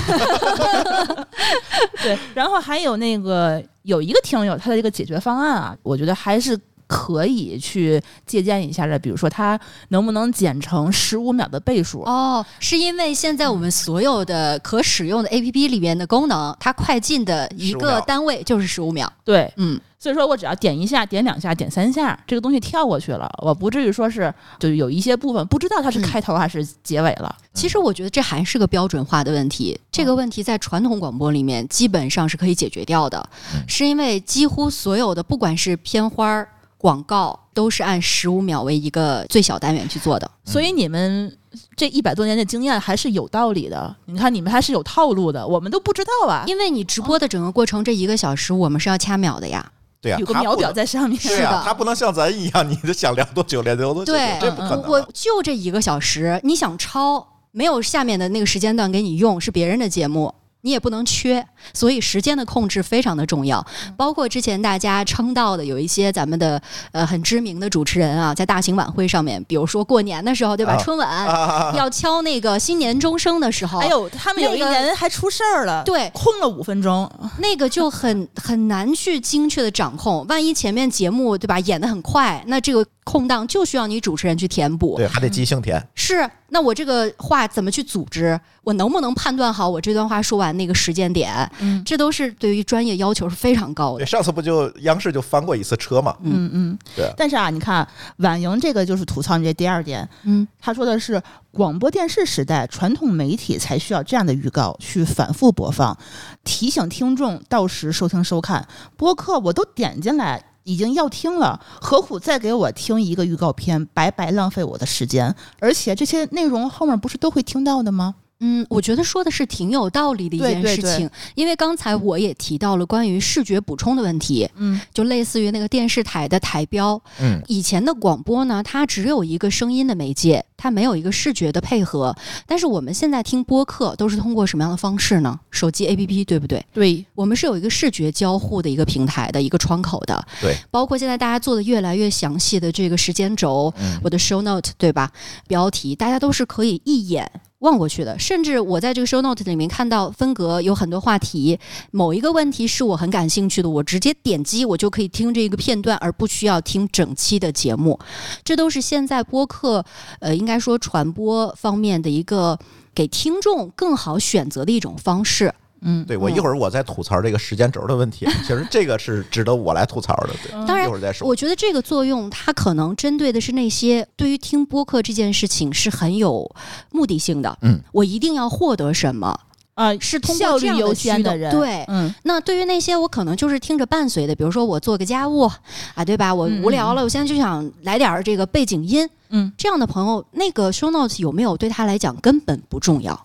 对。然后还有那个有一个听友他的一个解决方案啊，我觉得还是可以去借鉴一下的，比如说它能不能剪成十五秒的倍数。哦，是因为现在我们所有的可使用的 APP 里面的功能，它快进的一15秒个单位就是十五秒。对，嗯，所以说我只要点一下、点两下、点三下，这个东西跳过去了，我不至于说是就有一些部分不知道它是嗯开头还是结尾了。其实我觉得这还是个标准化的问嗯题。这个问题在传统广播里面基本上是可以解决掉的，嗯是因为几乎所有的不管是片花儿、广告，都是按十五秒为一个最小单元去做的。所以你们这一百多年的经验还是有道理的。你看，你们还是有套路的，我们都不知道啊，因为你直播的整个过程这一个小时，我们是要掐秒的呀。对呀、啊有个他秒不表能。在上面。对呀、是的他不能像咱一样，你就想聊多久聊多久，对这嗯不可能。我就这一个小时，你想超，没有下面的那个时间段给你用，是别人的节目。你也不能缺，所以时间的控制非常的重要。嗯包括之前大家称道的有一些咱们的呃很知名的主持人啊，在大型晚会上面，比如说过年的时候，对吧？啊春晚、啊要敲那个新年钟声的时候，哎呦，他们有一那个年还出事儿了， <laughs> 对空了五分钟，那个就很很难去精确的掌控。万一前面节目对吧演得很快，那这个空档就需要你主持人去填补。对，嗯还得即兴填。是，那我这个话怎么去组织？我能不能判断好我这段话说完那个时间点？嗯这都是对于专业要求是非常高对，的。上次不就央视就翻过一次车嘛？嗯嗯，对但是啊，你看婉莹这个就是吐槽你这第二点，嗯，他说的是广播电视时代传统媒体才需要这样的预告去反复播放，提醒听众到时收听收看。播客我都点进来。已经要听了，何苦再给我听一个预告片，白白浪费我的时间？而且这些内容后面不是都会听到的吗？嗯，我觉得说的是挺有道理的一对件对事情，对因为刚才我也提到了关于视觉补充的问题，嗯，就类似于那个电视台的台标。嗯，以前的广播呢，它只有一个声音的媒介，它没有一个视觉的配合。但是我们现在听播客都是通过什么样的方式呢？手机 APP 对不对？对，我们是有一个视觉交互的一个平台的一个窗口的，对，包括现在大家做的越来越详细的这个时间轴，嗯我的 show note 对吧？标题大家都是可以一眼望过去的，甚至我在这个 show note 里面看到分隔有很多话题，某一个问题是我很感兴趣的，我直接点击我就可以听这个片段，而不需要听整期的节目。这都是现在播客呃，应该说传播方面的一个给听众更好选择的一种方式。嗯，对，我一会儿我再吐槽这个时间轴的问题。其实这个是值得我来吐槽的，嗯对，当然一会儿再说我。觉得这个作用，它可能针对的是那些对于听播客这件事情是很有目的性的。嗯，我一定要获得什么，啊，是通效过这率样优驱先的动人，对。嗯，那对于那些我可能就是听着伴随的，比如说我做个家务啊，对吧？我嗯无聊了，我现在就想来点儿这个背景音。嗯，这样的朋友，那个 show notes 有没有对他来讲根本不重要。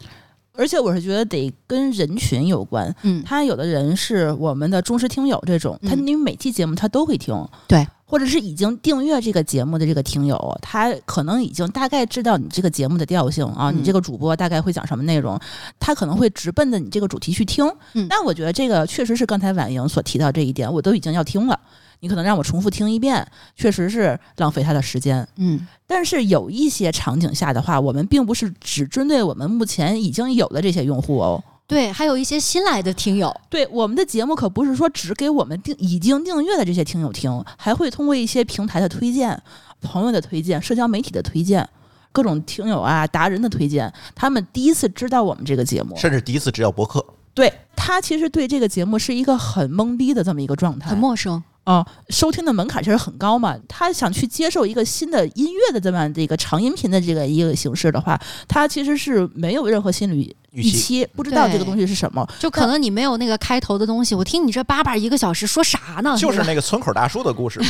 而且我是觉得得跟人群有关，嗯，他有的人是我们的忠实听友这种，他嗯因为每期节目他都会听，对，或者是已经订阅这个节目的这个听友，他可能已经大概知道你这个节目的调性啊，嗯你这个主播大概会讲什么内容，他可能会直奔着你这个主题去听。嗯但我觉得这个确实是刚才婉莹所提到这一点，我都已经要听了，你可能让我重复听一遍，确实是浪费他的时间。嗯，但是有一些场景下的话，我们并不是只针对我们目前已经有的这些用户哦。对，还有一些新来的听友，对我们的节目可不是说只给我们订已经订阅的这些听友听，还会通过一些平台的推荐、朋友的推荐、社交媒体的推荐、各种听友啊、达人的推荐，他们第一次知道我们这个节目。甚至第一次只要播客，对他其实对这个节目是一个很懵逼的这么一个状态哎很，陌生。哦，收听的门槛其实很高嘛。他想去接受一个新的音乐的这么样的一个长音频的这个一个形式的话，他其实是没有任何心理预预期期，不知道这个对东西是什么。就可能你没有那个开头的东西，我听你这叭叭一个小时说啥呢？就是是啊吧那个村口大叔的故事嘛，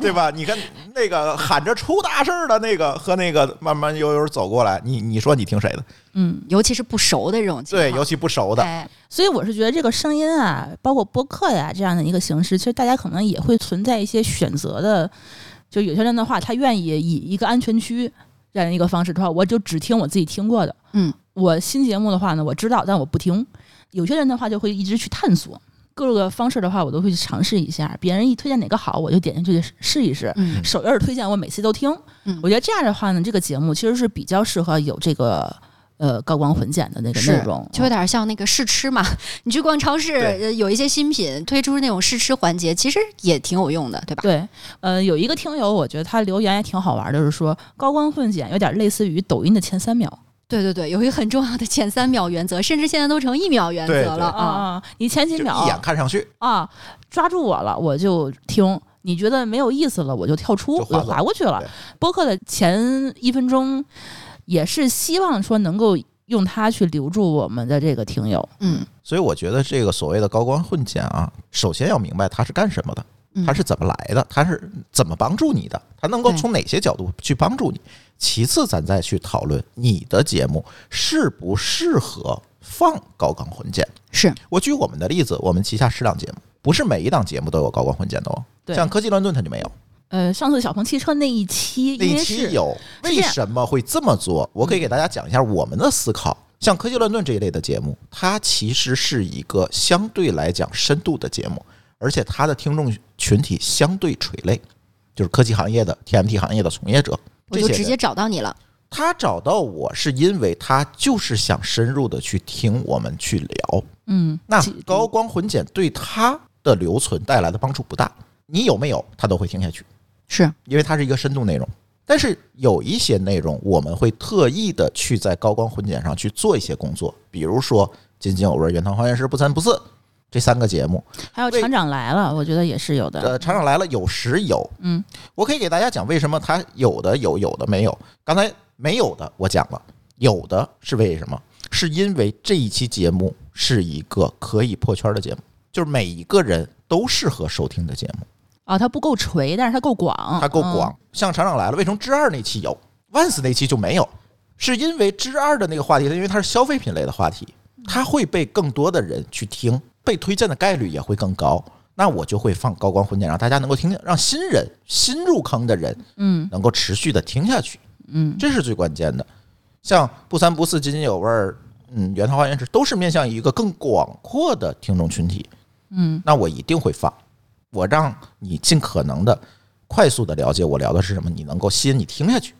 对吧？你看那个喊着出大事儿的那个和那个慢慢悠悠走过来，你你说你听谁的？嗯，尤其是不熟的这种情对，况，尤其不熟的，哎所以我是觉得这个声音啊，包括播客呀、这样的一个形式，其实大家可能也会存在一些选择的。就有些人的话，他愿意以一个安全区这样一个方式的话，我就只听我自己听过的。嗯，我新节目的话呢，我知道，但我不听。有些人的话就会一直去探索各个方式的话，我都会去尝试一下。别人一推荐哪个好，我就点进去试一试。嗯首页推荐我每次都听，嗯我觉得这样的话呢，这个节目其实是比较适合有这个呃高光混剪的那个内容。就有点像那个试吃嘛。 <laughs> 你去逛超市，对呃有一些新品推出那种试吃环节，其实也挺有用的，对吧？对，呃，有一个听友，我觉得他留言也挺好玩儿的，就是说高光混剪有点类似于抖音的前三秒对对对，有一个很重要的前三秒原则，甚至现在都成一秒原对则对了啊。啊，你前几就秒一眼看上去，啊，抓住我了，我就听。你觉得没有意思了，我就跳出，就划我走划过去了对。播客的前一分钟，也是希望说能够用它去留住我们的这个听友。嗯，所以我觉得这个所谓的高光混剪啊，首先要明白它是干什么的，嗯它是怎么来的，它是怎么帮助你的，它能够对从哪些角度去帮助你。其次，咱再去讨论你的节目适不适合放高光混剪。是我举我们的例子，我们旗下十档节目，不是每一档节目都有高光混剪的哦。对像科技乱炖它就没有，呃，上次小鹏汽车那一期，那因一为期是有，是这为样什么会这么做？我可嗯以给大家讲一下我们的思考。像科技乱炖这一类的节目，它其实是一个相对来讲深度的节目，而且它的听众群体相对垂类，就是科技行业的 TMT 行业的从业者。我这就些直人。接找到你了。他找到我是因为他就是想深入的去听我们去聊。嗯，那其高光混剪对他的留存带来的帮助不大，你有没有他都会听下去。是因为它是一个深度内容。但是有一些内容，我们会特意的去在高光混剪上去做一些工作，比如说《津津有味》《原汤化原食》《不三不四》这三个节目。还有为厂长来了，我觉得也是有的。呃，厂长来了有时有，嗯，我可以给大家讲为什么它有的有，有的没有。刚才没有的我讲了，有的是为什么？是因为这一期节目是一个可以破圈的节目，就是每一个人都适合收听的节目。啊，它不够垂，但是它够广，它够嗯广。像厂长来了，为什么之二那期有，Vans 那期就没有？是因为之二的那个话题，因为它是消费品类的话题，嗯它会被更多的人去听，被推荐的概率也会更高。那我就会放高光混剪，让大家能够听见，让新人、新入坑的人，嗯，能够持续的听下去，嗯，这是最关键的。像不三不四、津津有味儿，嗯，原汤化原食都是面向一个更广阔的听众群体，嗯，那我一定会放，我让你尽可能的快速的了解我聊的是什么，你能够吸引你听下去，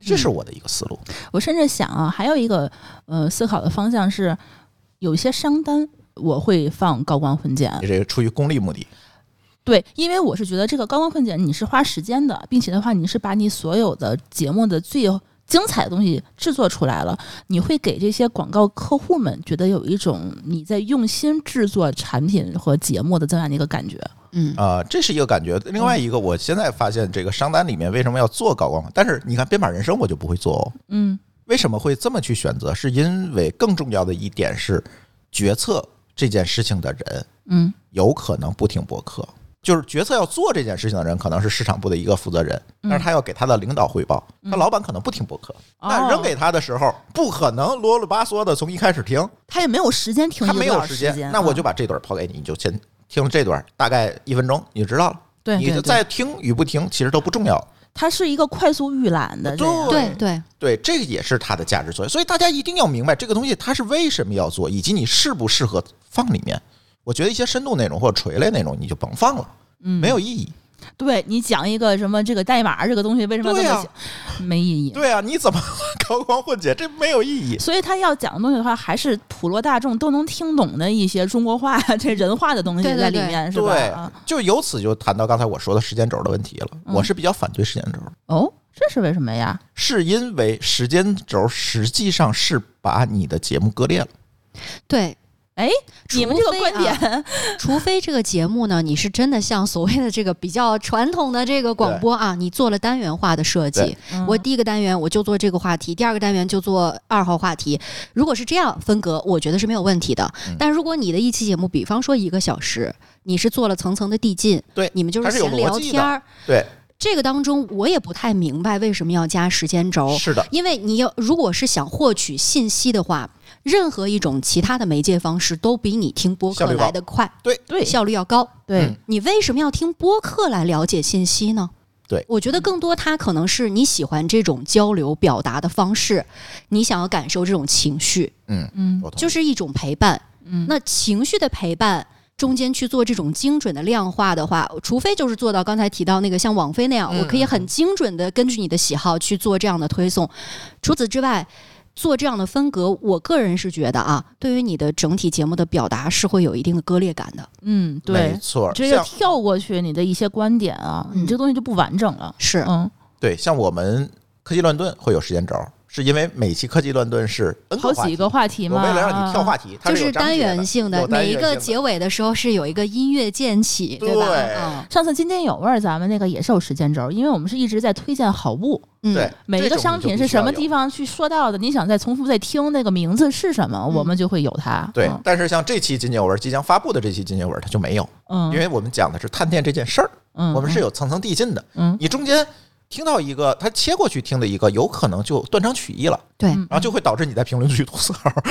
这是我的一个思路。我甚至想啊，还有一个呃思考的方向是，有一些商单我会放高光混剪，也是出于功利目的，对，因为我是觉得这个高光混剪你是花时间的，并且的话，你是把你所有的节目的最精彩的东西制作出来了，你会给这些广告客户们觉得有一种你在用心制作产品和节目的这样的一个感觉。嗯，啊，这是一个感觉。另外一个，我现在发现这个商单里面为什么要做高光？但是你看编码人生我就不会做哦。嗯为什么会这么去选择？是因为更重要的一点是，决策这件事情的人嗯有可能不听博客，就是决策要做这件事情的人可能是市场部的一个负责人，嗯但是他要给他的领导汇报，他老板可能不听博客，哦那扔给他的时候不可能啰啰吧嗦的从一开始听，他也没有时间听一他个没多有小时间，那我就啊把这段抛给你，你就先听这段，大概一分钟你就知道了。对你对对，再听与不听其实都不重要，它是一个快速预览的这样，对对，对，这个也是它的价值所在。所以大家一定要明白这个东西它是为什么要做，以及你适不适合放里面。我觉得一些深度内容或者垂类内容你就甭放了，嗯没有意义。对你讲一个什么这个代码这个东西为什么要这对么啊写，没意义。对啊，你怎么 <laughs> 高光混剪？这没有意义。所以他要讲的东西的话，还是普罗大众都能听懂的一些中国话、这人话的东西对对在里对面，是吧？对啊，就由此就谈到刚才我说的时间轴的问题了。嗯我是比较反对时间轴，哦，这是为什么呀？是因为时间轴实际上是把你的节目割裂了。对，哎，你们这个观点，除非这个节目呢，你是真的像所谓的这个比较传统的这个广播啊，你做了单元化的设计对。嗯我第一个单元我就做这个话题，第二个单元就做二号话题。如果是这样分隔，我觉得是没有问题的。嗯但如果你的一期节目，比方说一个小时，你是做了层层的递进，对你们就它是有闲逻聊辑的天儿。对，这个当中，我也不太明白为什么要加时间轴。是的，因为你要如果是想获取信息的话，任何一种其他的媒介方式都比你听播效客率高来得快，对效率要高。对嗯，你为什么要听播客来了解信息呢？对我觉得更多它可能是你喜欢这种交流表达的方式，你想要感受这种情绪，嗯，嗯我同意就是一种陪伴。嗯那情绪的陪伴中间去做这种精准的量化的话，除非就是做到刚才提到那个像网飞那样，嗯我可以很精准的根据你的喜好去做这样的推送。除此之外，做这样的分隔，我个人是觉得啊，对于你的整体节目的表达是会有一定的割裂感的。嗯，没对，错儿，这个像跳过去你的一些观点啊，嗯你这东西就不完整了。是，嗯，对像我们科技乱炖会有时间轴，是因为每期科技乱炖是 N 好个话几题，个话题我嘛，为了让你跳啊，话题，它就是有是章节单元性的，有单每一元个性的结尾的时候是有一个音乐渐起，吧？对嗯上次今天有味儿，咱们那个也是有时间轴，因为我们是一直在推荐好物，嗯，对每一个商品是什么地方。方去说到的，你想再重复再听那个名字是什么，我们就会有它。对嗯，但是像这期金牛文即将发布的这期金牛文，它就没有，嗯，因为我们讲的是探店这件事儿，嗯，我们是有有层层递进的。嗯你中间听到一个，他切过去听的一个，有可能就断章取义了，对，嗯然后就会导致你在评论区吐槽。 <laughs>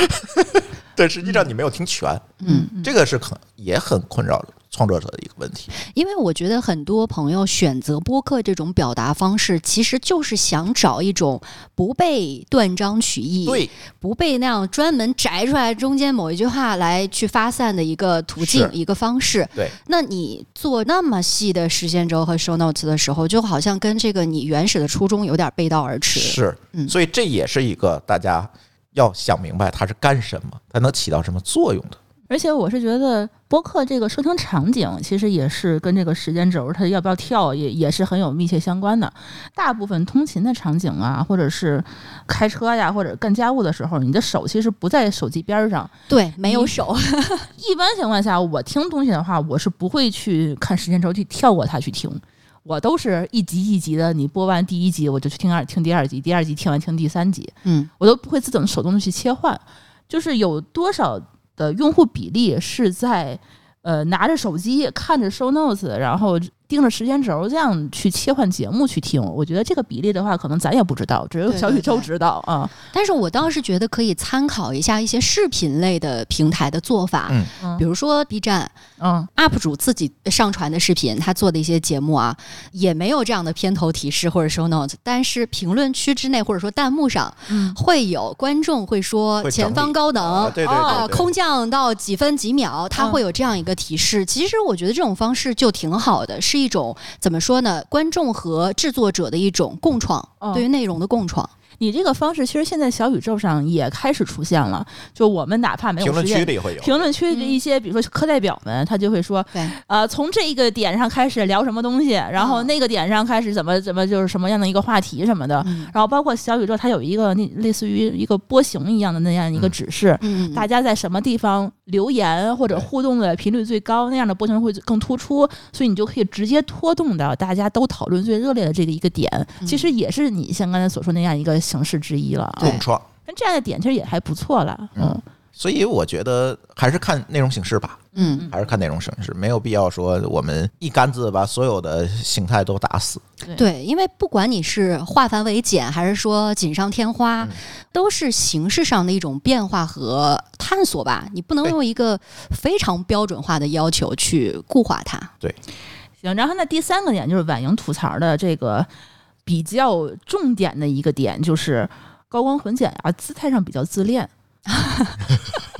对，实际上你没有听全，嗯，这个是很也很困扰创作者的一个问题。因为我觉得很多朋友选择播客这种表达方式，其实就是想找一种不被断章取义，对，不被那样专门摘出来中间某一句话来去发散的一个途径是、一个方式。对，那你做那么细的时间轴和 show notes 的时候，就好像跟这个你原始的初衷有点背道而驰。是，嗯所以这也是一个大家要想明白它是干什么，它能起到什么作用的。而且我是觉得播客这个收听场景，其实也是跟这个时间轴它要不要跳也也是很有密切相关的。大部分通勤的场景啊，或者是开车呀，或者干家务的时候，你的手其实不在手机边儿上。对，没有手。一般情况下，我听东西的话，我是不会去看时间轴去跳过它去听，我都是一集一集的。你播完第一集，我就去听二听第二集，第二集听完听第三集，嗯，我都不会自动手动的去切换。就是有多少的用户比例是在呃拿着手机看着 show notes，然后盯着时间轴这样去切换节目去听？我觉得这个比例的话，可能咱也不知道，只有对小宇宙对对知道啊。但是我倒是觉得可以参考一下一些视频类的平台的做法，嗯嗯比如说 B 站。嗯 UP 主自己上传的视频，他做的一些节目啊，也没有这样的片头提示或者 show notes，但是评论区之内或者说弹幕上嗯会有观众会说会整理前方高能，啊对对对哦对空降到几分几秒，它嗯会有这样一个提示。其实我觉得这种方式就挺好的，是一种怎么说呢？观众和制作者的一种共创，嗯对于内容的共创。你这个方式其实现在小宇宙上也开始出现了，就我们哪怕没评有论时区间。里会有，评论区的一些，比如说课代表们，他就会说，对，呃，从这一个点上开始聊什么东西，然后嗯那个点上开始怎么怎么就是什么样的一个话题什么的，嗯然后包括小宇宙，它有一个那类似于一个波形一样的那样一个指示，嗯，大家在什么地方留言或者对互动的频率最高，那样的波形会更突出，所以你就可以直接拖动到大家都讨论最热烈的这个一个点，其实也是你像刚才所说那样一个形式之一了啊。对共创。那这样的点其实也还不错啦，嗯嗯所以我觉得还是看内容形式吧，嗯，还是看内容形式，没有必要说我们一竿子把所有的形态都打死。对，因为不管你是化繁为简，还是说锦上添花，嗯都是形式上的一种变化和探索吧。你不能对用一个非常标准化的要求去固化它。行，然后那第三个点就是婉莹吐槽的这个比较重点的一个点，就是高光混剪啊，姿态上比较自恋， <laughs>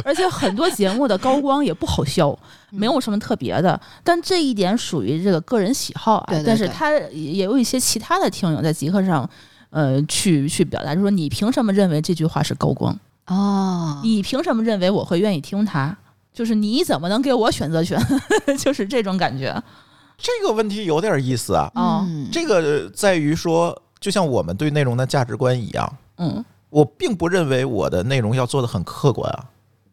而且很多节目的高光也不好消，嗯嗯没有什么特别的。但这一点属于这个个人喜好啊，对对但是对他也有一些其他的听友在极客上。呃，去去表达，就说你凭什么认为这句话是高光？哦，你凭什么认为我会愿意听它？就是你怎么能给我选择权？ <laughs> 就是这种感觉啊、这个问题有点意思啊，哦嗯这个在于说，就像我们对内容的价值观一样， <laughs> 嗯我并不认为我的内容要做的很客观啊，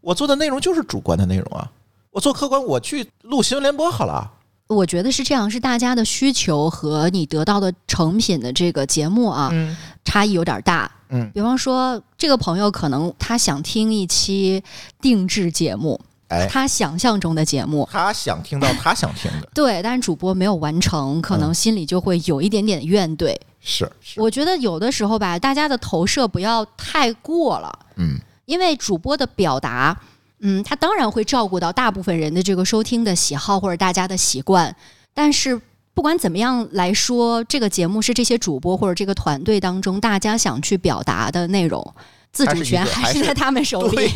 我做的内容就是主观的内容啊。我做客观，我去录新闻联播好了。我觉得是这样，是大家的需求和你得到的成品的这个节目啊，嗯差异有点大。嗯，比方说，这个朋友可能他想听一期定制节目，哎，他想象中的节目。他想听到他想听的，对，但是主播没有完成，可能心里就会有一点点怨怼。 <laughs> 是是，我觉得有的时候吧，大家的投射不要太过了，嗯，因为主播的表达，嗯，他当然会照顾到大部分人的这个收听的喜好或者大家的习惯，但是。不管怎么样来说，这个节目是这些主播或者这个团队当中大家想去表达的内容，自主权还是一个还是在他们手 <laughs> 里。对，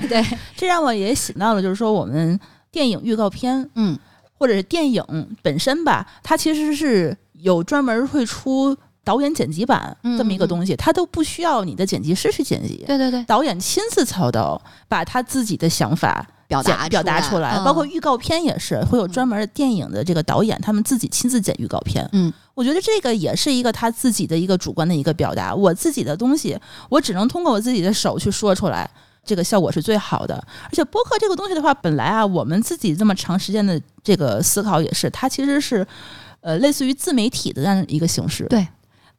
对，对，这让我也想到了，就是说我们电影预告片嗯，或者是电影本身吧，它其实是有专门会出导演剪辑版嗯这么一个东西，他都不需要你的剪辑师去剪辑，对对对，导演亲自操刀，把他自己的想法表剪达表达出出来，嗯包括预告片也是会有专门的电影的这个导演，他们自己亲自剪预告片。嗯，我觉得这个也是一个他自己的一个主观的一个表达。我自己的东西，我只能通过我自己的手去说出来，这个效果是最好的。而且播客这个东西的话，本来啊，我们自己这么长时间的这个思考也是，它其实是呃类似于自媒体的这样一个形式。对，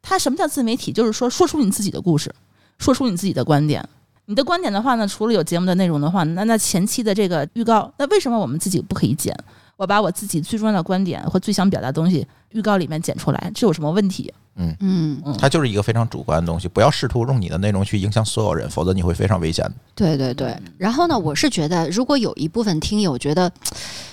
它什么叫自媒体？就是说说出你自己的故事，说出你自己的观点。你的观点的话呢，除了有节目的内容的话，那那前期的这个预告，那为什么我们自己不可以剪？我把我自己最重要的观点和最想表达的东西预告里面剪出来，这有什么问题？嗯，它就是一个非常主观的东西，不要试图用你的内容去影响所有人，否则你会非常危险的。对对对。然后呢，我是觉得，如果有一部分听友觉得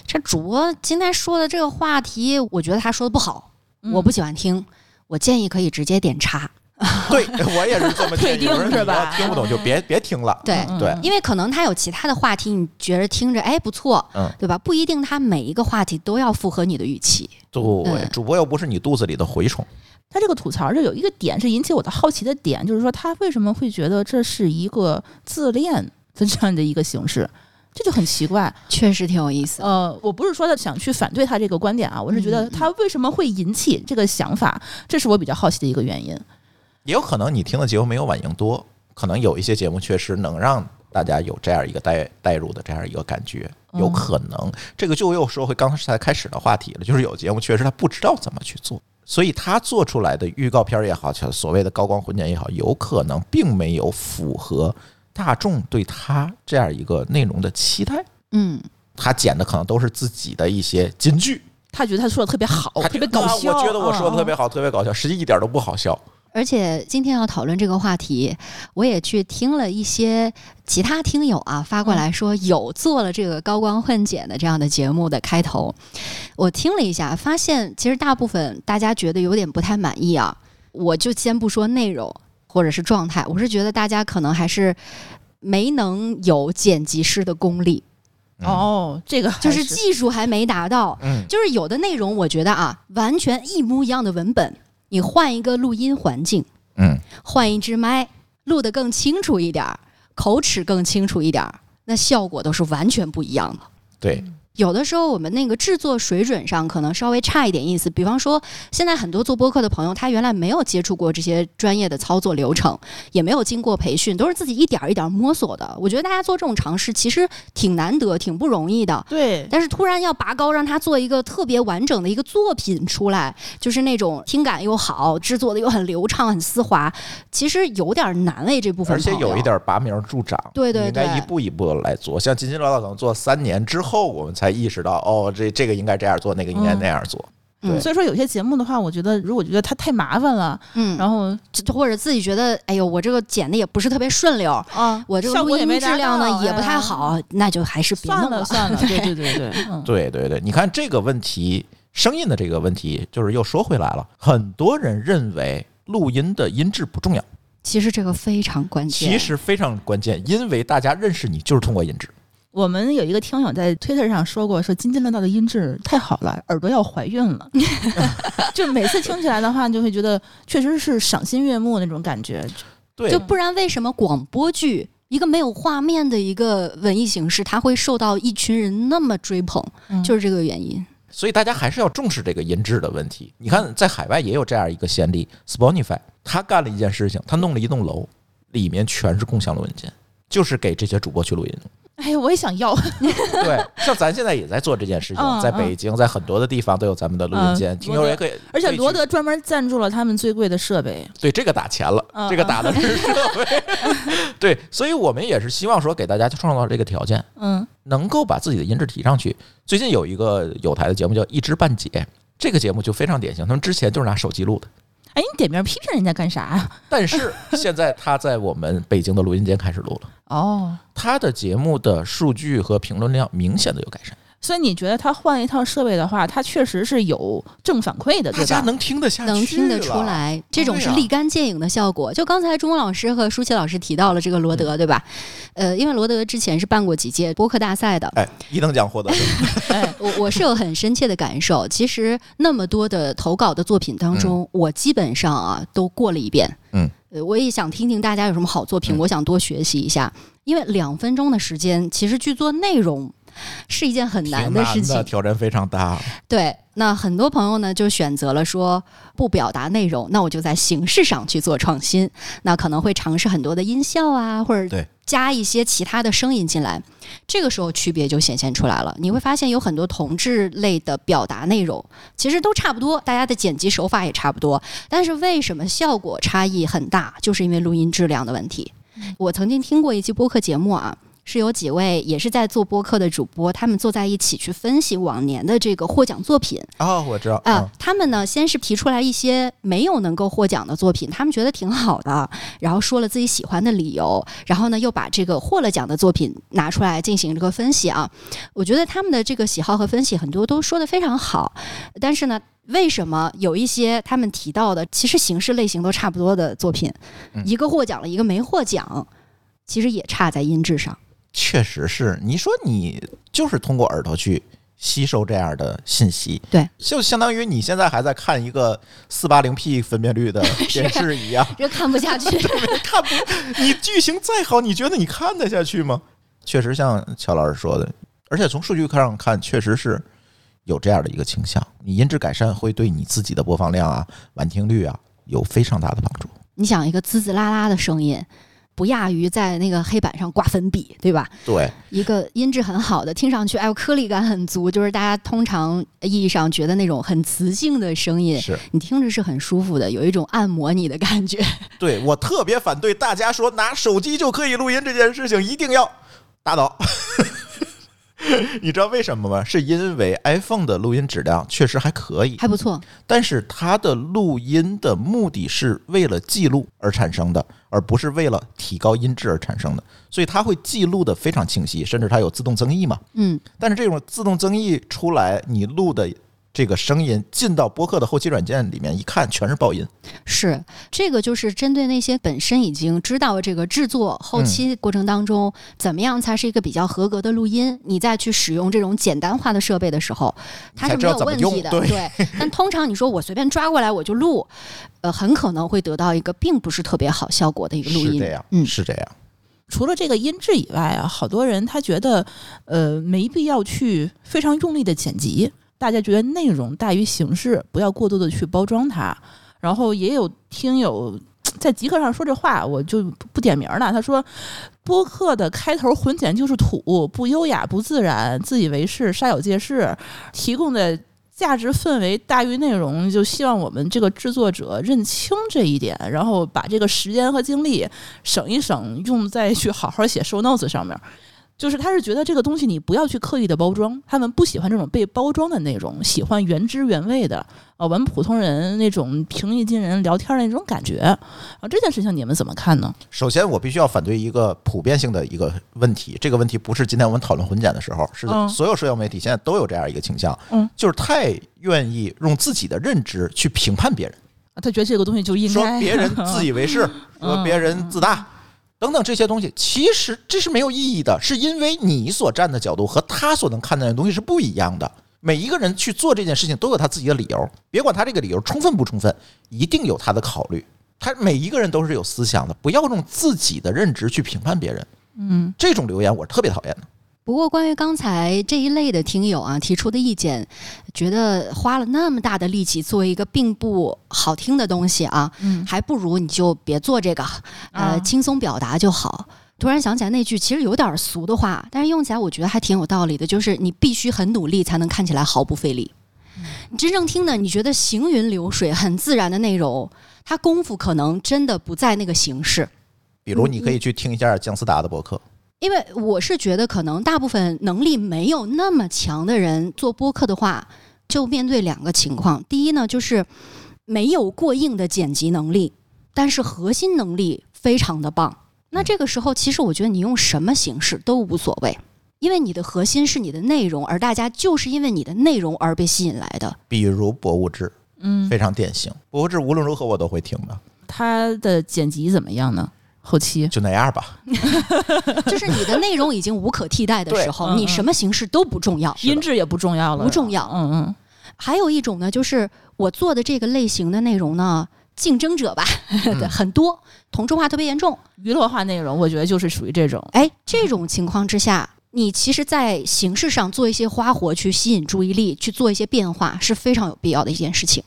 这主播今天说的这个话题，我觉得他说的不好，我不喜欢听，我建议可以直接点叉。 <laughs> 对我也是这么建议，退订我说你是吧要听不懂就别别听了。对，嗯对因为可能他有其他的话题，你觉得听着哎不错，嗯对吧？不一定他每一个话题都要符合你的预期。对嗯，主播又不是你肚子里的蛔虫，他这个吐槽是有一个点是引起我的好奇的点，就是说他为什么会觉得这是一个自恋的这样的一个形式，这就很奇怪。确实挺有意思。呃，我不是说想去反对他这个观点啊，我是嗯觉得嗯他为什么会引起这个想法，这是我比较好奇的一个原因。也有可能你听的节目没有婉莹多，可能有一些节目确实能让大家有这样一个带带入的这样一个感觉，有嗯可能这个就又说回刚才开始的话题了，就是有节目确实他不知道怎么去做，所以他做出来的预告片儿也好，就所谓的高光混剪也好，有可能并没有符合大众对他这样一个内容的期待，嗯，他剪的可能都是自己的一些金句。他觉得他说的特别好，他哦特觉得别搞啊笑。我觉得我说的特别啊好，特别搞笑，实际一点都不好笑。而且今天要讨论这个话题，我也去听了一些其他听友啊发过来说有做了这个高光混剪的这样的节目的开头，我听了一下，发现其实大部分大家觉得有点不太满意啊。我就先不说内容或者是状态，我是觉得大家可能还是没能有剪辑师的功力，嗯，哦，这个就还是技术还没达到。嗯，就是有的内容，我觉得啊，完全一模一样的文本，你换一个录音环境，嗯，换一支麦，录得更清楚一点儿，口齿更清楚一点儿，那效果都是完全不一样的。对，有的时候我们那个制作水准上可能稍微差一点意思，比方说现在很多做播客的朋友，他原来没有接触过这些专业的操作流程，也没有经过培训，都是自己一点儿一点儿摸索的。我觉得大家做这种尝试其实挺难得，挺不容易的。对，但是突然要拔高，让他做一个特别完整的一个作品出来，就是那种听感又好，制作的又很流畅、很丝滑，其实有点难为这部分而且朋友有一点拔苗助长，对对你应该对一步一步地来做。像津津乐道可能做三年之后，我们才意识到，哦，这这个应该这样做，那个嗯应该那样做。对所以说有些节目的话，我觉得如果觉得它太麻烦了，嗯，然后后或者自己觉得，哎呦，我这个剪的也不是特别顺溜，啊，我这个效录果也没音达质量到呢也哎不太呀好，那就还是别算弄了 <laughs> 算了，对对对对，嗯对对对，你看这个问题，声音的这个问题，就是又说回来了，很多人认为。录音的音质不重要，其实这个非常关键，其实非常关键，因为大家认识你就是通过音质。我们有一个听友在推特上说过，说津津乐道的音质太好了，耳朵要怀孕了。 <laughs> 就每次听起来的话，就会觉得确实是赏心悦目那种感觉。对就，不然为什么广播剧？一个没有画面的一个文艺形式，它会受到一群人那么追捧，嗯就是这个原因。所以大家还是要重视这个音质的问题。你看，在海外也有这样一个先例，Spotify，他干了一件事情，他弄了一栋楼，里面全是共享的文件，就是给这些主播去录音。哎呀，我也想 <laughs> 要。对，像咱现在也在做这件事 <laughs> 情，嗯在北京，在很多的地方都有咱们的录音间，嗯听友也可以，而且可以去罗德专门赞助了他们最贵的设备。对这个打钱了，嗯这个打的是设备， <laughs> 对，所以我们也是希望说给大家创造这个条件，嗯能够把自己的音质提上去。最近有一个有台的节目叫《一知半解》，这个节目就非常典型，他们之前就是拿手机录的。哎，你点名批评人家干啥啊呀？但 <laughs> 是现在他在我们北京的录音间开始录了，哦，他的节目的数据和评论量明显的有改善。所以你觉得他换一套设备的话，他确实是有正反馈啊的，大对家吧？能听得下去，呃啊能听得出。来，这种是立竿见影的效果。就刚才钟老师和舒淇老师提到了这个嗯罗德，对吧？呃，因为罗德之前是办过几届播客大赛的，哎，一等奖获得者，哎，我我是有很深切的感受。其实那么多的投稿的作品当中，我基本上啊都过了一遍。嗯呃，我也想听听大家有什么好作品，嗯我想多学习一下。因为两分钟的时间，其实去做内容是一件很挺难难的事情。挑战非常大。对，那很多朋友呢就选择了说不表达内容，那我就在形式上去做创新，那可能会尝试很多的音效啊，或对者加一些其他的声音进来，这个时候区别就显现出来了。你会发现有很多同志类的表达内容其实都差不多，大家的剪辑手法也差不多，但是为什么效果差异很大？就是因为录音质量的问题。我曾经听过一期播客节目啊，是有几位也是在做播客的主播，他们坐在一起去分析往年的这个获奖作品哦，我知道啊、他们呢，先是提出来一些没有能够获奖的作品，他们觉得挺好的，然后说了自己喜欢的理由，然后呢又把这个获了奖的作品拿出来进行这个分析啊。我觉得他们的这个喜好和分析很多都说的非常好，但是呢。为什么有一些他们提到的其实形式类型都差不多的作品，嗯一个获奖了，一个没获奖，其实也差在音质上。确实是。你说你就是通过耳朵去吸收这样的信息，对，就相当于你现在还在看一个四八零 P 分辨 <laughs> 率的啊电视一样，这看不下去。 <laughs> 看不，你剧情再好，你觉得你看得下去吗？确实像乔老师说的，而且从数据上看，确实是有这样的一个倾向。你音质改善会对你自己的播放量啊、完听率啊有非常大的帮助。 <laughs> 你想一个滋滋啦啦的声音，不亚于在那个黑板上挂粉笔，对吧？对，一个音质很好的，听上去哎呦颗粒感很足，就是大家通常意义上觉得那种很磁性的声音，是你听着是很舒服的，有一种按摩你的感觉。 <laughs> 对我特别反对大家说拿手机就可以录音这件事情，一定要打倒。 <laughs> 你知道为什么吗？是因为 iPhone 的录音质量确实还可以，还不错，但是它的录音的目的是为了记录而产生的，而不是为了提高音质而产生的，所以它会记录的非常清晰，甚至它有自动增益嘛。嗯，但是这种自动增益出来，你录的这个声音进到播客的后期软件里面一看，全是爆音。是这个就是针对那些本身已经知道这个制嗯作后期过程当中、怎么样才是一个比较合格的录音，你再去使用这种简单化的设备的时候，它是没有问题你才知的。道怎么用对 <laughs> 但通常你说我随便抓过来我就录，呃，很可能会得到一个并不是特别好效果的一个录是音这。样，嗯是这样。除了这个音质以外啊，好多人他觉得，呃，没必要去非常用力的剪辑。大家觉得内容大于形式，不要过度的去包装它。然后也有听友在极客上说这话，我就不不点名了。他说，播客的开头混剪就是土，不优雅，不自然，自以为是，煞有介事，提供的。价值氛围大于内容，就希望我们这个制作者认清这一点，然后把这个时间和精力省一省，用在去好好写 show notes 上面。就是他是觉得这个东西你不要去刻意的包装，他们不喜欢这种被包装的内容，喜欢原汁原味的，呃，我们普通人那种平易近人聊天的那种感觉啊、这件事情你们怎么看呢？首先，我必须要反对一个普遍性的一个问题。这个问题不是今天我们讨论混剪的时候，是嗯所有社交媒体现在都有这样一个倾向，嗯就是太愿意用自己的认知去评判别人，啊他觉得这个东西就应说该嗯别人自以为是，说别人自大。等等这些东西，其实这是没有意义的，是因为你所站的角度和他所能看待的东西是不一样的。每一个人去做这件事情都有他自己的理由，别管他这个理由充分不充分，一定有他的考虑。他每一个人都是有思想的，不要用自己的认知去评判别人。嗯，这种留言我是特别讨厌的。不过，关于刚才这一类的听友啊提出的意见，觉得花了那么大的力气做一个并不好听的东西啊，嗯还不如你就别做这个，呃，啊轻松表达就好。突然想起来那句其实有点俗的话，但是用起来我觉得还挺有道理的，就是你必须很努力才能看起来毫不费力。嗯你真正听的，你觉得行云流水、很自然的内容，它功夫可能真的不在那个形式。比如，你可以去听一下姜思达的博嗯客，因为我是觉得，可能大部分能力没有那么强的人做播客的话，就面对两个情况：第一呢，就是没有过硬的剪辑能力，但是核心嗯能力非常的棒。那这个时候，其实我觉得你用什么形式都无所谓，因为你的核心是你的内容，而大家就是因为你的内容而被吸引来的。比如博物志， <laughs> 嗯，非常典型。博物志无论如何我都会听的，他的剪辑怎么样呢？后期就那样吧。就是你的内容已经无可替代的时候，对嗯你什么形式都不重要。音质也不重要了，不重要嗯嗯，还有一种呢，就是我做的这个类型的内容呢，竞争者吧，嗯对 <laughs> 很多，同质化特别严重。娱乐化内容我觉得就是属于这种，哎，这种情况之下，你其实，在形式上做一些花活去吸引注意力，去做一些变化，是非常有必要的一件事情。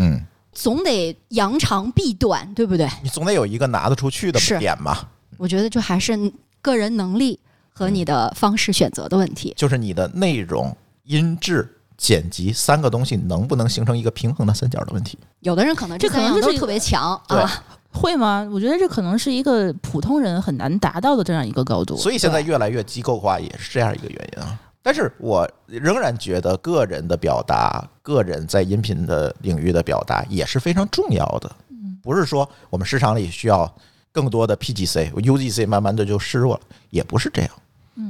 嗯，总得扬长避短，对不对？你总得有一个拿得出去的是点吧，我觉得就还是个人能力和你的方式选择的问题。就是你的内容、音质、剪辑三个东西能不能形成一个平衡的三角的问题。有的人可能这三可能样就是都一个特别强对啊，会吗？我觉得这可能是一个普通人很难达到的这样一个高度，所以现在越来越机构化也是这样一个原因啊。但是我仍然觉得个人的表达，个人在音频的领域的表达也是非常重要的。不是说我们市场里需要更多的 PGC、UGC，慢慢的就示弱了，也不是这样。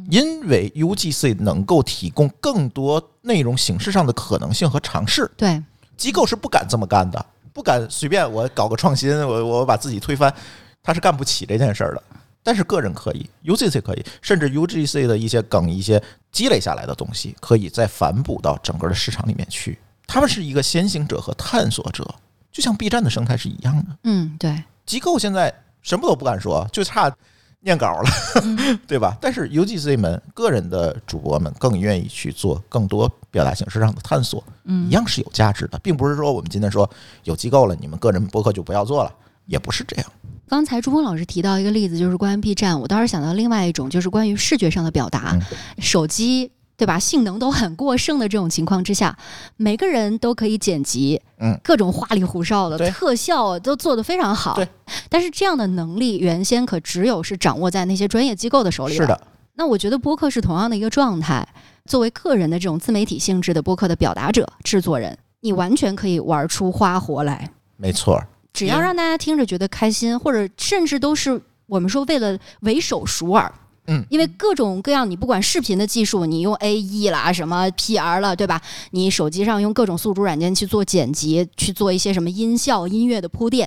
因为 UGC 能够提供更多内容形式上的可能性和尝试，对，机构是不敢这么干的，不敢随便我搞个创新，我我把自己推翻，他是干不起这件事儿的。但是个人可以，UGC 可以，甚至 UGC 的一些梗、一些积累下来的东西，可以再反哺到整个的市场里面去。他们是一个先行者和探索者，就像 B 站的生态是一样的。嗯，对，机构现在什么都不敢说，就差念稿了，对吧？但是 UGC 们个人的主播们更愿意去做更多表达形式上的探索，嗯一样是有价值的，并不是说我们今天说有机构了，你们个人播客就不要做了，也不是这样。刚才朱峰老师提到一个例子，就是关于 B 站，我倒是想到另外一种，就是关于视觉上的表嗯达，手机对吧，性能都很过剩的这种情况之下，每个人都可以剪辑，嗯，各种花里胡哨的对特效都做得非常好，对，但是这样的能力原先可只有是掌握在那些专业机构的手哦里是的，那我觉得播客是同样的一个状态。作为个人的这种自媒体性质的播客的表达者、制作人，你完全可以玩出花活来，没错。只要嗯让大家听着觉得开心，或者甚至都是我们说为了为首熟耳。嗯，因为各种各样，你不管视频的技术，你用 A E 啦，什么 P R 了，对吧？你手机上用各种宿主软件去做剪辑，去做一些什么音效、音乐的铺垫，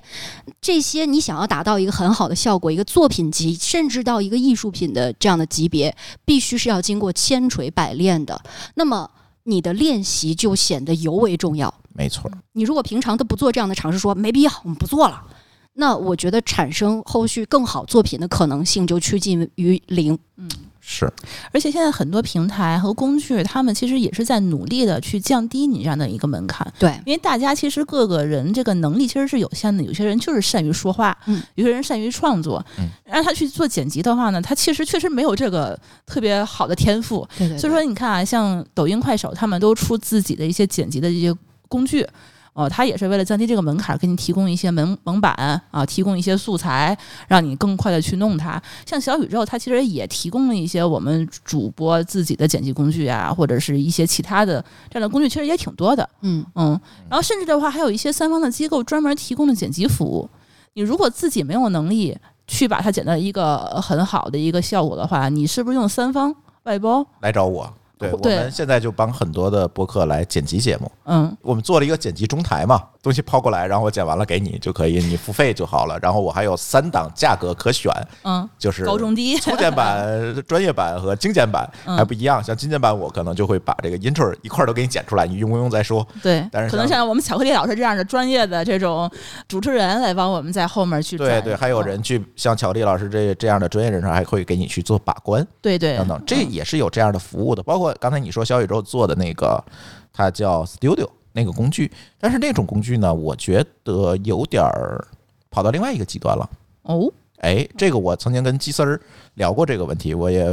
这些你想要达到一个很好的效果，一个作品级，甚至到一个艺术品的这样的级别，必须是要经过千锤百炼的。那么你的练习就显得尤为重要。没错，嗯你如果平常都不做这样的尝试，说没必要，我们不做了，那我觉得产生后续更好作品的可能性就趋近于零。是而且现在很多平台和工具，他们其实也是在努力的去降低你这样的一个门槛，对，因为大家其实各个人这个能力其实是有限的，有些人就是善于说话，嗯，有些人善于创作，嗯，让他去做剪辑的话呢，他其实确实没有这个特别好的天赋，对对所以说你看啊，像抖音、快手，他们都出自己的一些剪辑的一些工具。哦，它也是为了降低这个门槛，给你提供一些门门板啊，提供一些素材，让你更快的去弄它。像小宇宙，它其实也提供了一些我们主播自己的剪辑工具啊，或者是一些其他的这样的工具，其实也挺多的。嗯，嗯，然后甚至的话，还有一些三方的机构专门提供的剪辑服务。你如果自己没有能力去把它剪到一个呃很好的一个效果的话，你是不是用三方外包？来找我。对，我哦对们现在就帮很多的播客来剪辑节目，嗯，我们做了一个剪辑中台嘛，东西抛过来，然后我剪完了给你就可以，你付费就好了。然后我还有三档价格可选，嗯，就是高中低，粗剪版、专业版和精简版嗯还不一样。像精简版，我可能就会把这个 intro 一块儿都给你剪出来，你用不用再说？对，但是可能像像我们巧克力老师这样的专业的这种主持人来帮我们在后面去对转对，还有，人去像巧克力老师这这样的专业人士，还会给你去做把关对对嗯等等，这也是有这样的服务的。包括刚才你说小宇宙做的那个，它叫 Studio 那个工具，但是那种工具呢，我觉得有点儿跑到另外一个极端了。哦，哎，这个我曾经跟鸡丝儿聊过这个问题，我也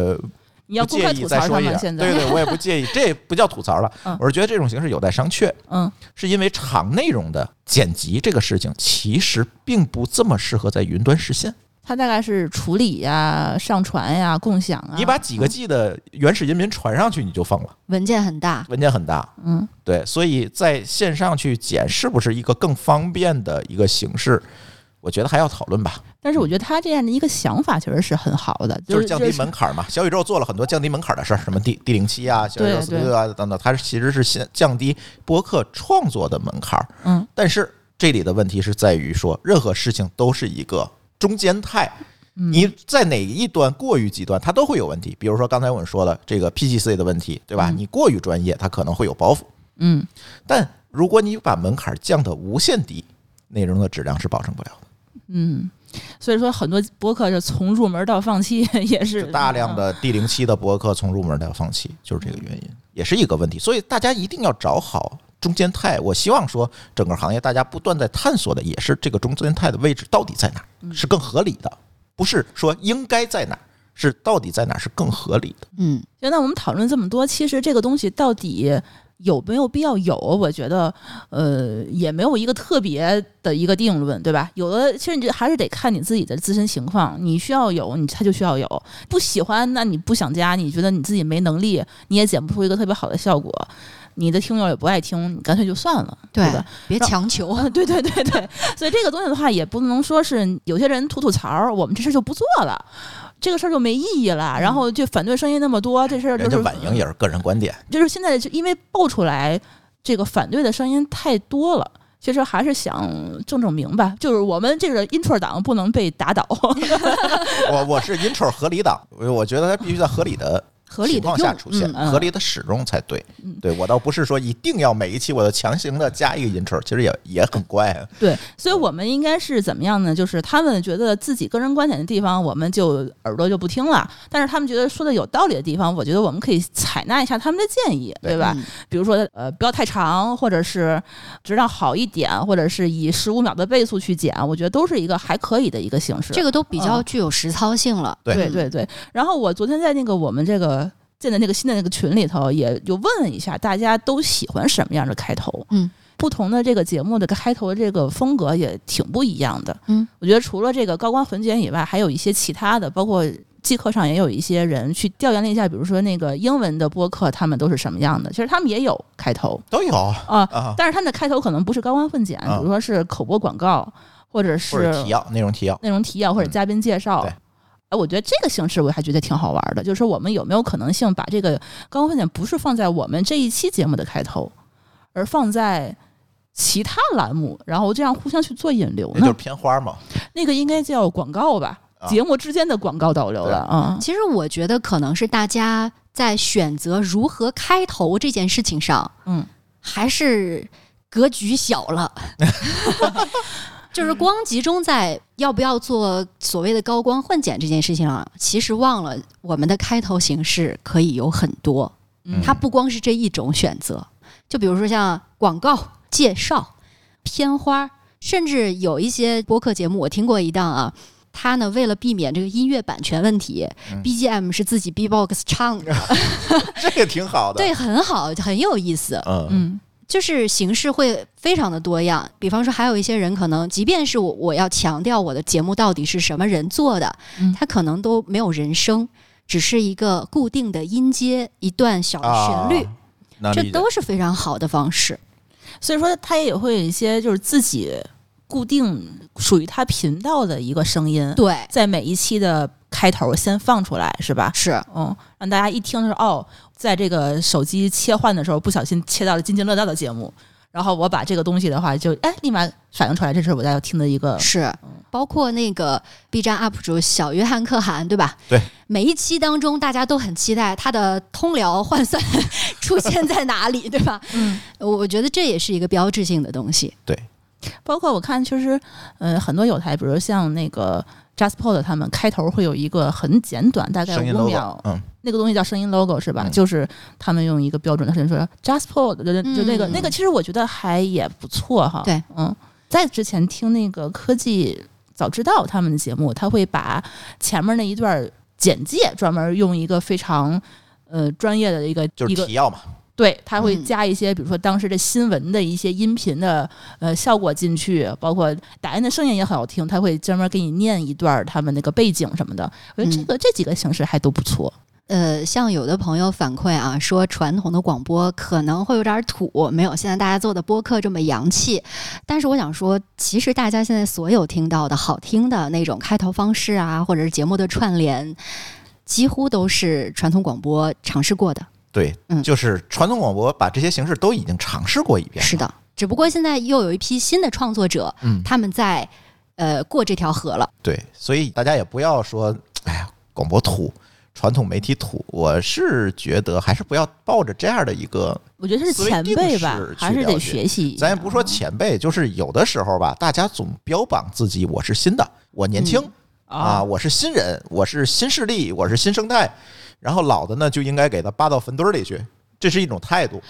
你要不公介开意吐再槽说他一们点，现在，对对，我也不介意，这不叫吐槽了，嗯我是觉得这种形式有待商榷，嗯是因为长内容的剪辑这个事情其实并不这么适合在云端实现。它大概是处理呀、上传呀、共享啊，你把几个 G 的原始音频传上去，你就疯了，文件很大，文件很大，嗯，对，所以在线上去剪是不是一个更方便的一个形式？我觉得还要讨论吧，但是我觉得他这样的一个想法确实是很好的，就是是降低这门槛嘛。小宇宙做了很多降低门槛的事儿，什么 D D 零七啊、小宇宙对四六啊等等，它是其实是先降低播客创作的门槛儿。嗯，但是这里的问题是在于说，任何事情都是一个中间态，你在哪一端过于极端，它都会有问题。比如说刚才我们说的这个 PGC 的问题，对吧？你过于专业，它可能会有包袱。嗯，但如果你把门槛降得无限低，内容的质量是保证不了的。所以说很多播客就从入门到放弃 <laughs> 也是嗯就大量的 D 零七的博客从入门到放弃，就是这个原嗯因，也是一个问题。所以大家一定要找好中间态。我希望说，整个行业大家不断在探索的也是这个中间态的位置到底在哪嗯儿，是更合理的，不是说应该在哪儿，是到底在哪儿是更合理的。嗯，行，那我们讨论这么多，其实这个东西到底有没有必要有？我觉得，呃，也没有一个特别的一个定论，对吧？有的其实你这还是得看你自己的自身情况，你需要有，你他就需要有；不喜欢，那你不想加，你觉得你自己没能力，你也剪不出一个特别好的效果，你的听友也不爱听，你干脆就算了， <laughs> 对对呃吧？，别让强求。对对对对，所以这个东西的话，也不能说是有些人吐吐槽儿，我们这事儿就不做了，这个事儿就没意义了，然后就反对声音那么多，这事儿就人家是婉莹也是个人观 <laughs> 点，就是现在就因为爆出来这个反对的声音太多了。其实还是想正正明白，就是我们这个 intro 党不能被打倒， <laughs> 我我是 intro 合理党，我我觉得它必须在合理的。合理情的况下用出现，嗯嗯合理的使用才对。对我倒不是说一定要每一期我都强行的加一个 intro，其实也也很怪啊。对，所以我们应该是怎么样呢？就是他们觉得自己个人观点的地方，我们就耳朵就不听了；但是他们觉得说的有道理的地方，我觉得我们可以采纳一下他们的建议，对对吧？嗯比如说呃，不要太长，或者是质量好一点，或者是以十五秒的倍速去剪，我觉得都是一个还可以的一个形式。这个都比较嗯具有实操性了。对对对对。然后我昨天在那个我们这个建的那个新的那个群里头，也就问了一下大家都喜欢什么样的开头。嗯，不同的这个节目的开头这个风格也挺不一样的。嗯，我觉得除了这个高光混剪以外，还有一些其他的，包括。即课上也有一些人去调研了一下，比如说那个英文的播客，他们都是什么样的？其实他们也有开头都有 <laughs> 啊啊、啊，但是他们的开头可能不是高光混剪，啊比如说是口播广告，或者或是者提要内容提要。内容提要或者嗯嘉宾介绍。对哎，我觉得这个形式我还觉得挺好玩的，就是说我们有没有可能性把这个高光分享不是放在我们这一期节目的开头，而放在其他栏目，然后这样互相去做引流那嗯就是呢？偏花嘛， <laughs> 那个应该叫广告吧，啊节目之间的广告导流了啊。其实我觉得可能是大家在选择如何开头这件事情上，嗯，还是格局小了，就是光集中在要不要做所谓的高光混剪这件事情上，其实忘了我们的开头形式可以有很多，嗯它不光是这一种选择，就比如说像广告介绍、片花，甚至有一些播客节目，我听过一档啊。他呢，为了避免这个音乐版权问题、b g m 是自己 B-box 唱的，这个挺好的。对，，很好，很有意思。嗯，嗯就是形式会非常的多样。比方说，还有一些人可能，即便是我我要强调我的节目到底是什么人做的，嗯他可能都没有人声，只是一个固定的音阶，一段小嗯的旋律，啊能这理解。都是非常好的方式。所以说他也会有一些就是自己固定属于他频道的一个声音，对，在每一期的开头先放出来，是吧？是嗯，让大家一听就是哦，在这个手机切换的时候不小心切到了津津乐道的节目，然后我把这个东西的话就哎立马反应出来，这是我在要听的一嗯个是，包括那个 B 站 UP 主小约翰可汗，对吧？对，每一期当中，大家都很期待他的通辽换算 <laughs> 出现在哪里，对吧？嗯，我我觉得这也是一个标志性的东西。包括我看其实呃很多有台，比如像那个 JustPod 他们开头会有一个很简短，大概声音五 logo，秒，嗯，那个东西叫声音 logo 是吧？嗯就是他们用一个标准的声音说 JustPod，就就就那个、嗯那个，其实我觉得还也不错哈。对，嗯，在之前听那个科技早知道他们的节目，他会把前面那一段简介专门用一个非常。呃，专业的一个就一是个提要嘛，对，他会嗯加一些，比如说当时的新闻的一些音频的呃效果进去，包括打印的声音也很好听，他会专门给你念一段儿他们那个背景什么的。我觉得这嗯个、这几个形式还都不错。呃，像有的朋友反馈啊，说传统的广播可能会有点土，没有现在大家做的播客这么洋气。但是我想说，其实大家现在所有听到的好听的那种开头方式啊，或者是节目的串联，几乎都是传统广播尝试过的。对，嗯就是传统广播把这些形式都已经尝试过一遍了。是的，只不过现在又有一批新的创作者，嗯他们在呃过这条河了。对，所以大家也不要说，哎呀，广播土，传统媒体土。我是觉得还是不要抱着这样的一个，我觉得是前辈吧思维定式，去还是了得解学习一下。咱也不说前辈，就是有的时候吧，大家总标榜自己我是新的，我年轻、嗯啊，啊，我是新人，我是新势力，我是新生态。然后老的呢，就应该给他扒到坟堆里去，这是一种态度。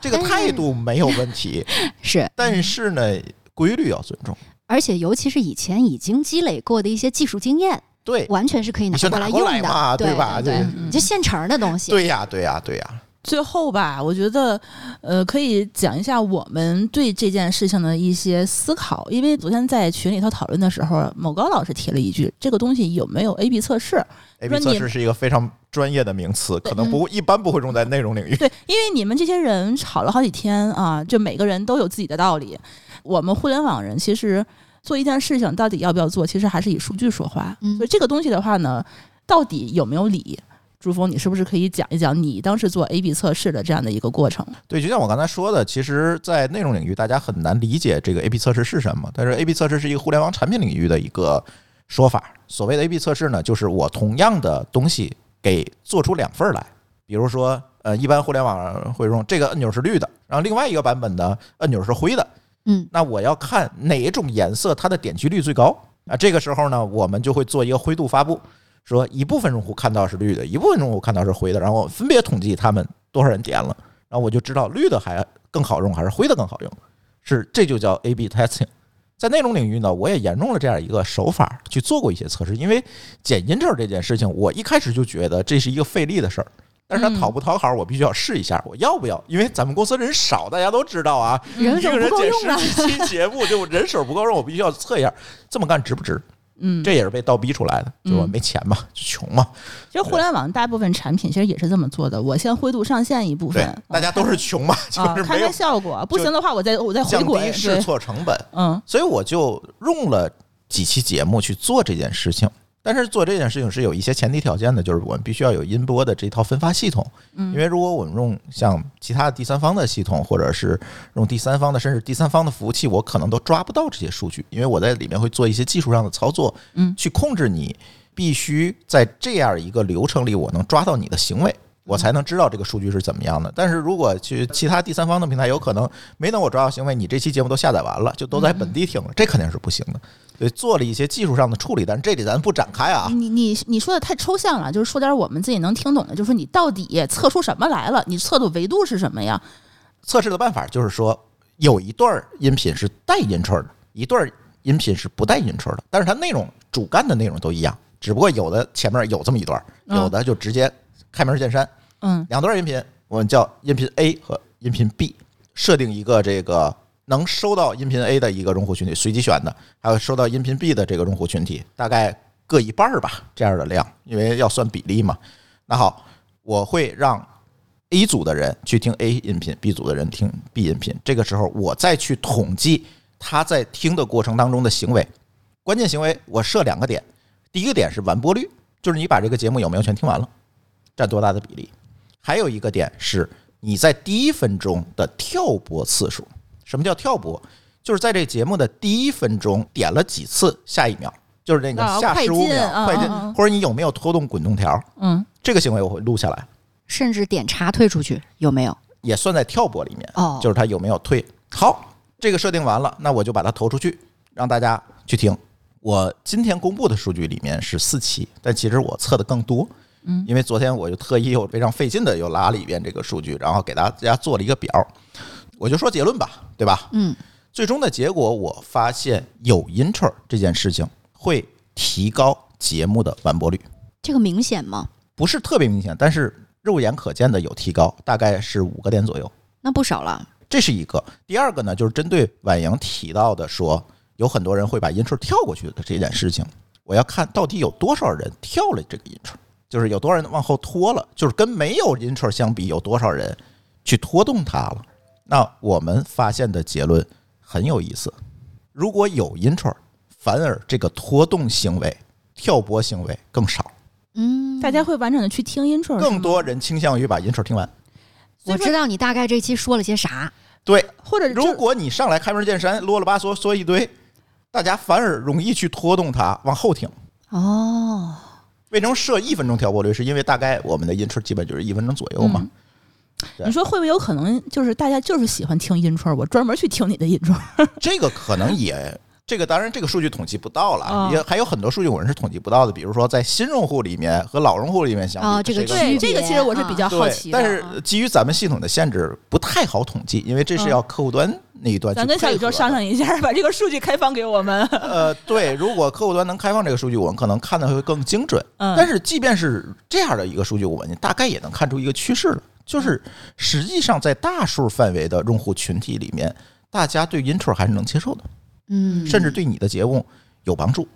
这个态度没有问题，是， <laughs> 但是呢，规律要尊重。而且尤其是以前已经积累过的一些技术经验，对，完全是可以你拿就过拿来过用来嘛的，对吧对这对嗯你就现成儿的东西。对呀，对呀，对呀。最后吧，我觉得呃，可以讲一下我们对这件事情的一些思考。因为昨天在群里头讨论的时候，某高老师提了一句：“这个东西有没有 A/B 测试？” ，A 说 B 测你试是一个非常专业的名词，可能不一般不会用在内容领域。 <laughs> 对，因为你们这些人吵了好几天啊，就每个人都有自己的道理。我们互联网人其实做一件事情到底要不要做，其实还是以数据说话。嗯所以这个东西的话呢，到底有没有理？朱峰，你是不是可以讲一讲你当时做 A/B 测试的这样的一个过程？对，就像我刚才说的，其实，在内容领域，大家很难理解这个 A/B 测试是什么。但是 A/B 测试是一个互联网产品领域的一个说法。所谓的 A/B 测试呢，就是我同样的东西给做出两份儿来，比如说，呃，一般互联网会用这个按钮是绿的，然后另外一个版本的按钮是灰的。嗯，那我要看哪一种颜色它的点击率最高啊？这个时候呢，我们就会做一个灰度发布，说一部分用户看到是绿的，一部分用户看到是灰的，然后我分别统计他们多少人点了，然后我就知道绿的还更好用还是灰的更好用，是这就叫 A/B testing。在内容领域呢，我也沿用了这样一个手法去做过一些测试，因为剪音调这件事情，我一开始就觉得这是一个费力的事儿。但是它嗯讨不讨好，我必须要试一下，我要不要？因为咱们公司人少，大家都知道啊，人一手个人不够剪用啊。十几期节目，就人手不够用，我必须要测一下，这么干值不值？嗯，这也是被倒逼出来的，就是我嗯没钱嘛，就穷嘛，其实互联网大部分产品其实也是这么做的。我先灰度上线一部分对，，大家都是穷嘛，就啊，是看没看有效果，不就行的话，我再我再回降滚。低对试，错成本，嗯所以我就用了几期节目去做这件事情。但是做这件事情是有一些前提条件的，就是我们必须要有音波的这套分发系统，因为如果我们用像其他的第三方的系统，或者是用第三方的，甚至第三方的服务器，我可能都抓不到这些数据，因为我在里面会做一些技术上的操作，嗯去控制你必须在这样一个流程里，我能抓到你的行为。我才能知道这个数据是怎么样的。但是如果去其他第三方的平台，有可能没等我抓到行为，你这期节目都下载完了，就都在本地听了，这肯定是不行的。所以做了一些技术上的处理，但是这里咱不展开啊。你你你说的太抽象了，就是说点我们自己能听懂的，就是你到底测出什么来了？你测的维度是什么呀？测试的办法就是说，有一段音频是带音戳的，一段音频是不带音戳的，但是它内容主干的内容都一样，只不过有的前面有这么一段，嗯有的就直接开门见山。嗯两段音频，我们叫音频 A 和音频 B，设定一个这个能收到音频 A 的一个用户群体，随机选的，还有收到音频 B 的这个用户群体，大概各一半儿吧，这样的量，因为要算比例嘛。那好，我会让 A 组的人去听 A 音频，B 组的人听 B 音频，这个时候我再去统计他在听的过程当中的行为，关键行为我设两个点，第一个点是完播率，就是你把这个节目有没有全听完了，占多大的比例。还有一个点是你在第一分钟的跳播次数。什么叫跳播？就是在这节目的第一分钟点了几次下一秒，就是那啊个下快十五进秒啊快进啊啊，或者你有没有拖动滚动条，嗯，这个行为我会录下来，甚至点叉退出去有没有？也算在跳播里面。哦，就是它有没有退。好，这个设定完了，那我就把它投出去，让大家去听。我今天公布的数据里面是四期，但其实我测的更多。嗯，因为昨天我就特意又非常费劲的又拉了一遍这个数据，然后给大家做了一个表。我就说结论吧，对吧？嗯，最终的结果我发现有 intro 这件事情会提高节目的完播率。这个明显吗？不是特别明显，但是肉眼可见的有提高，大概是五个点左右。那不少了。这是一个。第二个呢，就是针对婉莹提到的说，有很多人会把 intro 跳过去的这件事情，我要看到底有多少人跳了这个 intro。就是有多少人往后拖了，就是跟没有 intro 相比，有多少人去拖动它了。那我们发现的结论很有意思：如果有 intro，反而这个拖动行为、跳播行为更少，嗯，大家会完整的去听 intro，是更吗多人倾向于把 intro 听完。所我以说知道你大概这期说了些啥，对，或者就如果你上来开门见山，啰里吧嗦说一堆，大家反而容易去拖动它往后听。哦，为什么设一分钟调播率？是因为大概我们的 intro 基本就是一分钟左右嘛。嗯对你说会不会有可能就是大家就是喜欢听 intro，我专门去听你的 intro？这个可能也，这个当然这个数据统计不到了，啊也还有很多数据我们是统计不到的，比如说在新用户里面和老用户里面相比，啊这是一个区别对，哦这个其实我是比较对好奇的。但是啊呃基于咱们系统的限制，不太好统计，因为这是要客户端那一端去嗯咱跟小宇配合宙的商量一下，把这个数据开放给我们。呃，对，如果客户端能开放这个数据，我们可能看的会更精准。嗯但是即便是这样的一个数据，我们大概也能看出一个趋势了，就是实际上在大数范围的用户群体里面，大家对 intro 还是能接受的，嗯，甚至对你的节目有帮助。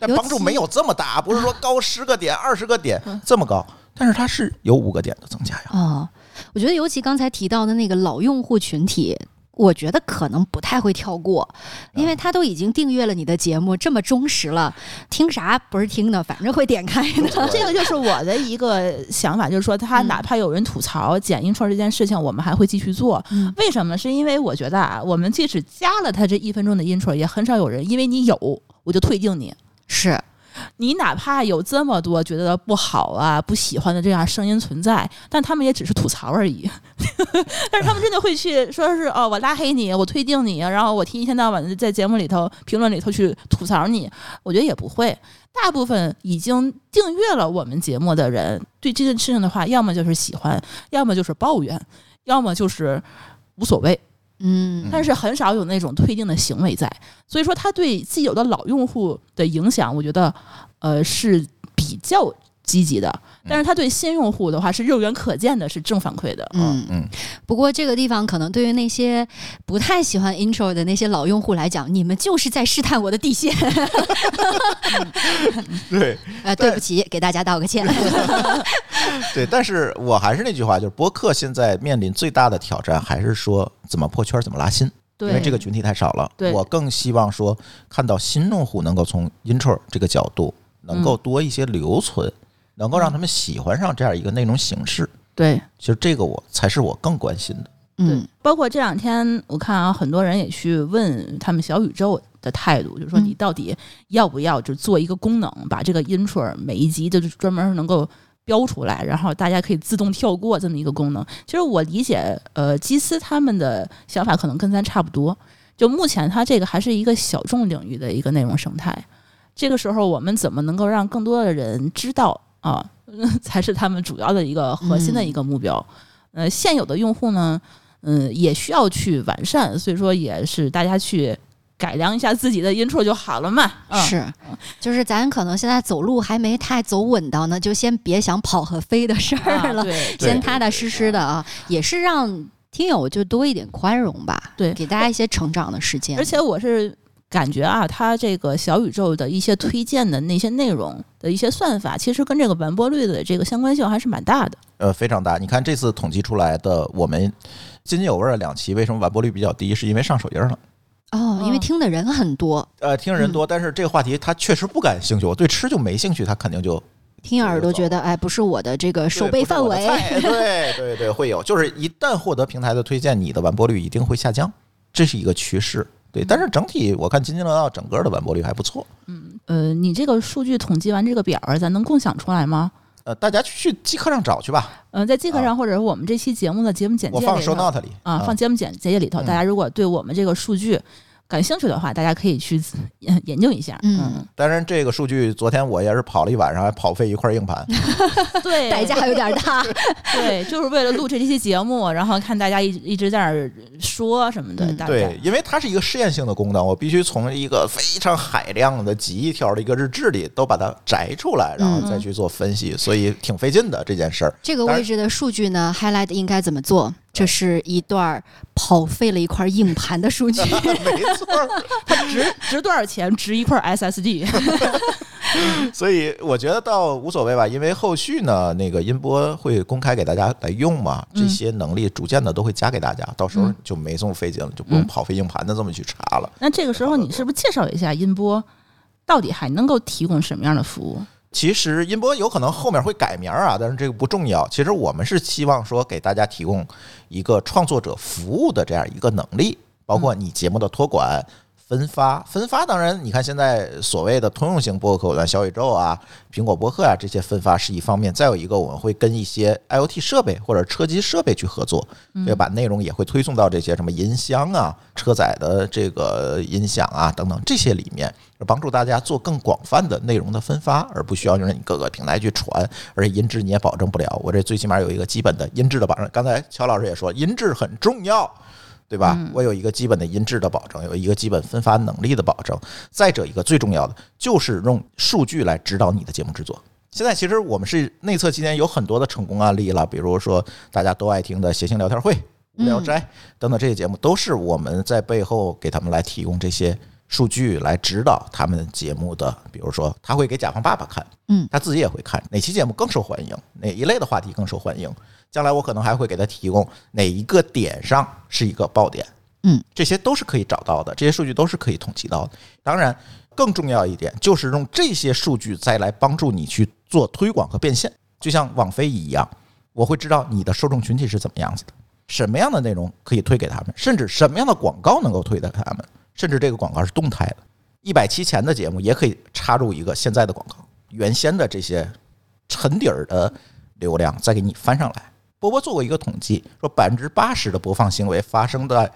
但尤帮助其没有这么大，不是说高十个点、二十个点这么高，但是它是有五个点的增加呀。哦，我觉得尤其刚才提到的那个老用户群体。我觉得可能不太会跳过，因为他都已经订阅了你的节目，这么忠实了，听啥不是听的，反正会点开的。 <laughs> 这个就是我的一个想法，就是说，他嗯哪怕有人吐槽剪映 t 这件事情，我们还会继续做。嗯为什么呢？是因为我觉得啊，我们即使加了他这一分钟的 intro，也很少有人因为你有我就退订你。是，你哪怕有这么多觉得不好啊、不喜欢的这样声音存在，但他们也只是吐槽而已。 <laughs> 但是他们真的会去说是哦，我拉黑你，我退订你，然后我听一天到晚的在节目里头、评论里头去吐槽你。我觉得也不会，大部分已经订阅了我们节目的人，对这件事情的话，要么就是喜欢，要么就是抱怨，要么就是无所谓。嗯，但是很少有那种退订的行为在，所以说它对既有的老用户的影响，我觉得呃是比较积极的，但是它对新用户的话是肉眼可见的，是正反馈的。嗯嗯，不过这个地方可能对于那些不太喜欢 intro 的那些老用户来讲，你们就是在试探我的底线。 <laughs> 对呃， <laughs> 对不起，给大家道个歉。对，但是我还是那句话，就是播客现在面临最大的挑战，还是说怎么破圈儿，怎么拉新。因为这个群体太少了。对我更希望说看到新用户能够从 intro 这个角度，能够多一些留存，能够让他们喜欢上这样一个内容形式。对其实这个我才是我更关心的。 <laughs> 嗯，包括这两天我看啊，很多人也去问他们小宇宙的态度，就是说嗯你到底要不要就做一个功能，把这个 intro 每一集就是专门能够。标出来，然后大家可以自动跳过这么一个功能。其实我理解，呃，基斯他们的想法可能跟咱差不多。就目前，它这个还是一个小众领域的一个内容生态。这个时候，我们怎么能够让更多的人知道啊， <laughs> 才是他们主要的一个核心的一个目标。呃，现有的用户呢，嗯，也需要去完善，所以说也是大家去改良一下自己的 intro 就好了嘛。嗯、，是，就是咱可能现在走路还没太走稳当呢，就先别想跑和飞的事儿啊、了，对。对先踏踏实实的啊，也是让听友就多一点宽容吧，对给大哎家一些成长的时间。而且我是感觉啊，它这个小宇宙的一些推荐的那些内容的一些算法，其实跟这个完播率的这个相关性还是蛮大的。呃，非常大。你看这次统计出来的，我们津津有味儿的两期，为什么完播率比较低？是因为上首页了。哦，因为嗯听的人很多，呃，听人多，但是这个话题他确实不感兴趣。我对吃就没兴趣，他肯定就听友都觉得哎，不是我的这个守备范围。 <laughs> 对不是我的菜对对对，会有，就是一旦获得平台的推荐，你的完播率一定会下降，这是一个趋势。对，但是整体我看津津乐道整个的完播率还不错。呃，你这个数据统计完这个表儿，咱能共享出来吗？呃，大家去即刻上找去吧，嗯、在即刻啊上，或者是我们这期节目的节目简介我里放头 show note 里啊，放节目简介里头，嗯大家如果对我们这个数据感兴趣的话，大家可以去 <laughs> 研研究一下。嗯，当然，这个数据昨天我也是跑了一晚上，还跑废一块硬盘。对， <laughs> 代价有点 <laughs> 大，对，就是为了录这期节目，然后看大家一直一直在那儿说什么的，嗯大概对，因为它是一个试验性的功能，我必须从一个非常海量的几亿条的一个日志里都把它摘出来，然嗯后再去做分析，所以挺费劲的这件事儿。这个 <laughs> 当然呃位置的数据呢，highlight 应该怎么做？这是一段儿跑废了一块硬盘的 <laughs> 数据。没错儿，值值多少钱？值一块 SSD。所以我觉得倒无所谓吧，因为后续呢，那个音波会公开给大家来用嘛，这些能力逐渐的都会加给大家，到时候就没这么费劲了，就不用跑费硬盘的这么去查了。那这个时候，你是不是介绍一下音波到底还能够提供什么样的服务？其实音波有可能后面会改名儿啊，但是这个不重要。其实我们是希望说给大家提供一个创作者服务的这样一个能力，包括你节目的托管。分发，分发，当然，你看现在所谓的通用型播客，像小宇宙啊、苹果播客啊这些分发是一方面，再有一个我们会跟一些 IOT 设备或者车机设备去合作，对吧？内容也会推送到这些什么音箱啊、车载的这个音响啊等等这些里面，帮助大家做更广泛的内容的分发，而不需要就是你各个平台去传，而且音质你也保证不了。我这最起码有一个基本的音质的保证。刚才乔老师也说，音质很重要。对吧？我有一个基本的音质的保证，有一个基本分发能力的保证，再者一个最重要的就是用数据来指导你的节目制作。现在其实我们是内测期间有很多的成功案例了，比如说大家都爱听的谐星聊天会、无聊嗯斋等等这些节目，都是我们在背后给他们来提供这些数据来指导他们节目的。比如说，他会给甲方爸爸看，嗯，他自己也会看哪期节目更受欢迎，哪一类的话题更受欢迎。将来我可能还会给他提供哪一个点上是一个爆点，嗯，这些都是可以找到的，这些数据都是可以统计到的。当然，更重要一点就是用这些数据再来帮助你去做推广和变现，就像网飞一样，我会知道你的受众群体是怎么样子的，什么样的内容可以推给他们，甚至什么样的广告能够推给他们，甚至这个广告是动态的。一百期前的节目也可以插入一个现在的广告，原先的这些沉底儿的流量再给你翻上来。波波做过一个统计，说百分之八十的播放行为发生在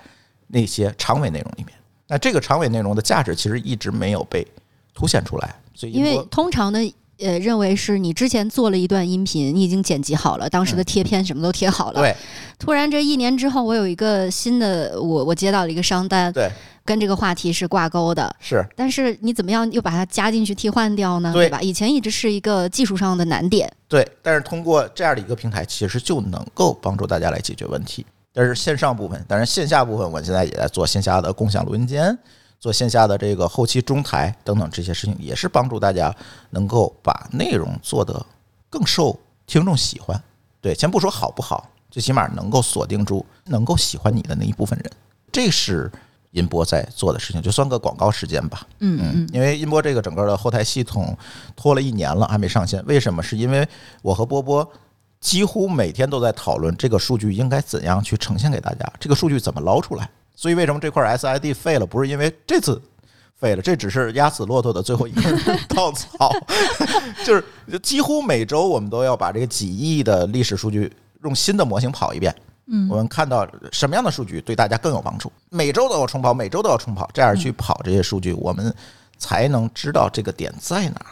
那些长尾内容里面。那这个长尾内容的价值其实一直没有被凸显出来，所以因为波通常的呃认为是你之前做了一段音频，你已经剪辑好了，当时的贴片什么都贴好了。嗯对突然这一年之后，我有一个新的，我我接到了一个商单，对跟这个话题是挂钩的。是但是你怎么样又把它加进去替换掉呢？对吧？以前一直是一个技术上的难点。对，但是通过这样的一个平台，其实就能够帮助大家来解决问题。但是线上部分，当然线下部分，我现在也在做线下的共享录音间，做线下的这个后期中台等等这些事情，也是帮助大家能够把内容做得更受听众喜欢。对，先不说好不好，最起码能够锁定住能够喜欢你的那一部分人，这是音波在做的事情，就算个广告时间吧。嗯嗯，因为音波这个整个的后台系统拖了一年了，还没上线。为什么？是因为我和波波几乎每天都在讨论这个数据应该怎样去呈现给大家，这个数据怎么捞出来。所以为什么这块 SID 废了？不是因为这次废了，这只是压死骆驼的最后一根稻草。就是几乎每周我们都要把这个几亿的历史数据用新的模型跑一遍。嗯，我们看到什么样的数据对大家更有帮助？每周都要重跑，每周都要重跑，这样去跑这些数据，我们才能知道这个点在哪儿。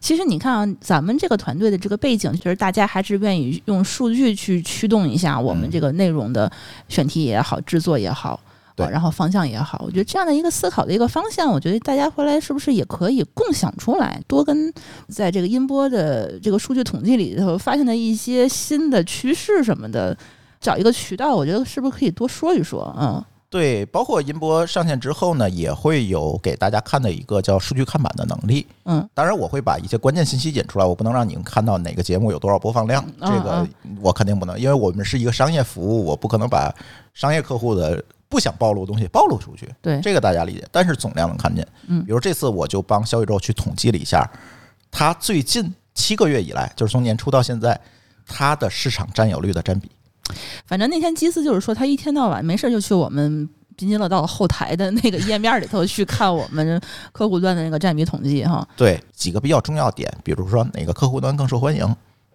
其实你看啊，咱们这个团队的这个背景，就是大家还是愿意用数据去驱动一下我们这个内容的选题也好，制作也好。对啊然后方向也好，我觉得这样的一个思考的一个方向，我觉得大家回来是不是也可以共享出来，多跟在这个音波的这个数据统计里头发现的一些新的趋势什么的，找一个渠道，我觉得是不是可以多说一说？嗯对，包括音波上线之后呢，也会有给大家看的一个叫数据看板的能力。嗯，当然我会把一些关键信息引出来，我不能让你们看到哪个节目有多少播放量，这嗯个我肯定不能，因为我们是一个商业服务，我不可能把商业客户的不想暴露的东西暴露出去。对，这个大家理解，但是总量能看见。嗯比如这次我就帮小宇宙去统计了一下，它最近七个月以来，就是从年初到现在，它的市场占有率的占比。反正那天基斯就是说，他一天到晚没事儿就去我们津津乐道后台的那个页面里头去看我们客户端的那个占比统计哈。对几个比较重要点，比如说哪个客户端更受欢迎，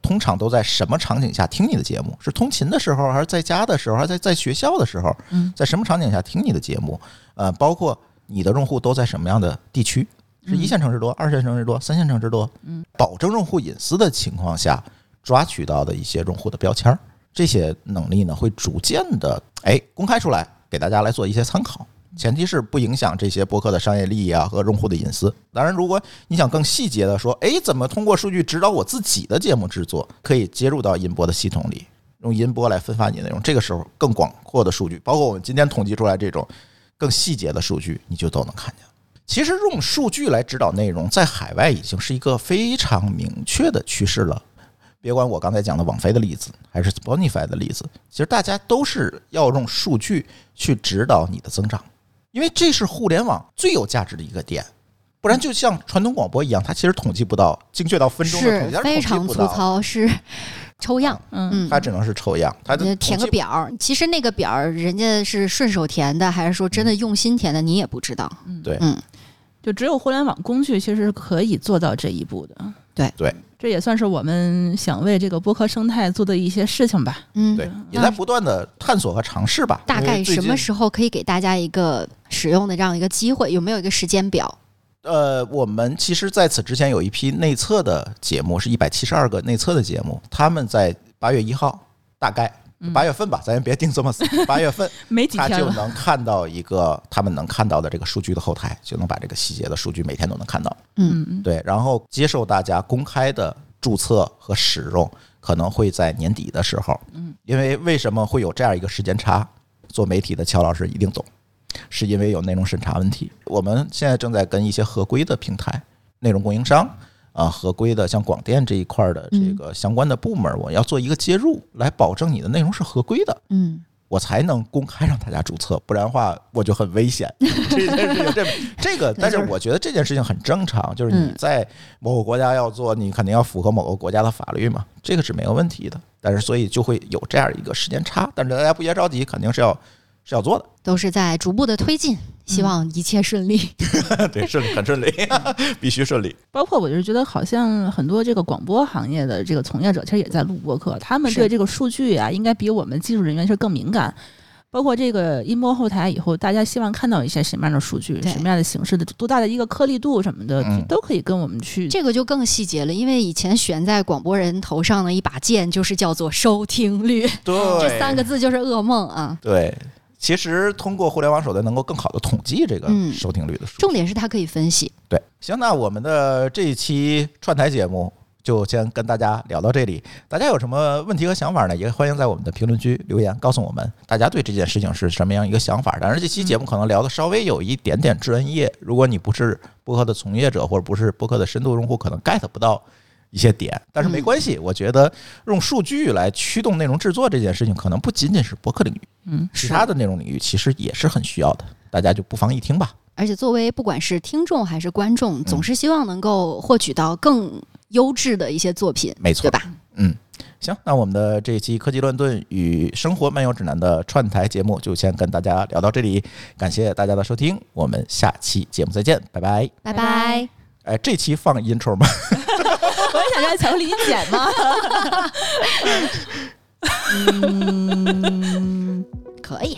通常都在什么场景下听你的节目？是通勤的时候，还是在家的时候，还是在在学校的时候？嗯，在什么场景下听你的节目？呃，包括你的用户都在什么样的地区？是一线城市多、二线城市多、三线城市多？嗯，保证用户隐私的情况下，抓取到的一些用户的标签儿，这些能力呢，会逐渐的哎公开出来，给大家来做一些参考。前提是不影响这些播客的商业利益啊和用户的隐私。当然，如果你想更细节的说，哎，怎么通过数据指导我自己的节目制作，可以接入到音波的系统里。用音波来分发你的内容。这个时候更广阔的数据，包括我们今天统计出来这种更细节的数据，你就都能看见了。其实用数据来指导内容，在海外已经是一个非常明确的趋势了。别管我刚才讲的网飞的例子，还是 Spotify 的例子，其实大家都是要用数据去指导你的增长，因为这是互联网最有价值的一个点。不然就像传统广播一样，它其实统计不到精确到分钟的是统计，它非是统计常不粗到，糙，是 <laughs> 抽样，嗯，嗯，它只能是抽样，它你的填统个计表儿，其实那个表儿人家是顺手填的，还是说真的用心填的，你也不知道。嗯对嗯，就只有互联网工具其实是可以做到这一步的。对对，这也算是我们想为这个播客生态做的一些事情吧。嗯，对，也在不断的探索和尝试吧。大因为概最什近么时候可以给大家一个使用的这样一个机会？有没有一个时间表？呃，我们其实在此之前有一批内测的节目，是一百七十二个内测的节目，他们在八月一号，大概嗯八月份吧，咱也别定这么死，八月 <laughs> 份没几他天就了，能看到一个他们能看到的这个数据的后台，就能把这个细节的数据每天都能看到。嗯，嗯，对，然后接受大家公开的注册和使用，可能会在年底的时候。嗯，因为为什么会有这样一个时间差？做媒体的乔老师一定懂，是因为有内容审查问题。我们现在正在跟一些合规的平台、内容供应商啊，合规的像广电这一块的这个相关的部门，我要做一个接入，来保证你的内容是合规的。嗯，我才能公开让大家注册，不然的话我就很危险。 <laughs> 这件事情，这这 <laughs> 个，但是我觉得这件事情很正常，就是你嗯在某个国家要做，你肯定要符合某个国家的法律嘛，这个是没有问题的。但是所以就会有这样一个时间差，但是大家不要着急，肯定是要 <laughs> 是要做都是在逐步的推进，希望一切顺利。的， <laughs> 对，顺利很顺 <laughs> 利，必须顺利。包括我就是觉得，好像很多这个广播行业的这个从业者，其实也在录播客，他们是对这个数据啊，应该比我们技术人员是更敏感。包括这个音波后台以后，大家希望看到一些什么样的数据，对什么样的形式的，多大的一个颗粒度什么的，嗯都可以跟我们去。 <laughs> 这个就更细节了，因为以前悬在广播人头上的一把剑，就是叫做收听率，对，这三个字就是噩梦啊。对，其实通过互联网手段能够更好的统计这个嗯收听率的数据。重点是它可以分析。对，行，那我们的这一期串台节目就先跟大家聊到这里。大家有什么问题和想法呢？也欢迎在我们的评论区留言告诉我们，大家对这件事情是什么样一个想法。当然，这期节目可能聊的稍微有一点点专业，如果你不是播客的从业者或者不是播客的深度用户，可能 get 不到。一些点，但是没关系，我觉得用数据来驱动内容制作这件事情，可能不仅仅是播客领域，嗯， <laughs> 其他的内容领域其实也是很需要的，大家就不妨一听吧。而且作为不管是听众还是观众，嗯总是希望能够获取到更优质的一些作品，没错对吧？嗯，行，那我们的这一期《科技乱炖与生活漫游指南》的串台节目就先跟大家聊到这里，感谢大家的收听，我们下期节目再见，拜拜。拜拜拜拜。哎，这期放 intro 吗？我也想让乔理剪吗？可以。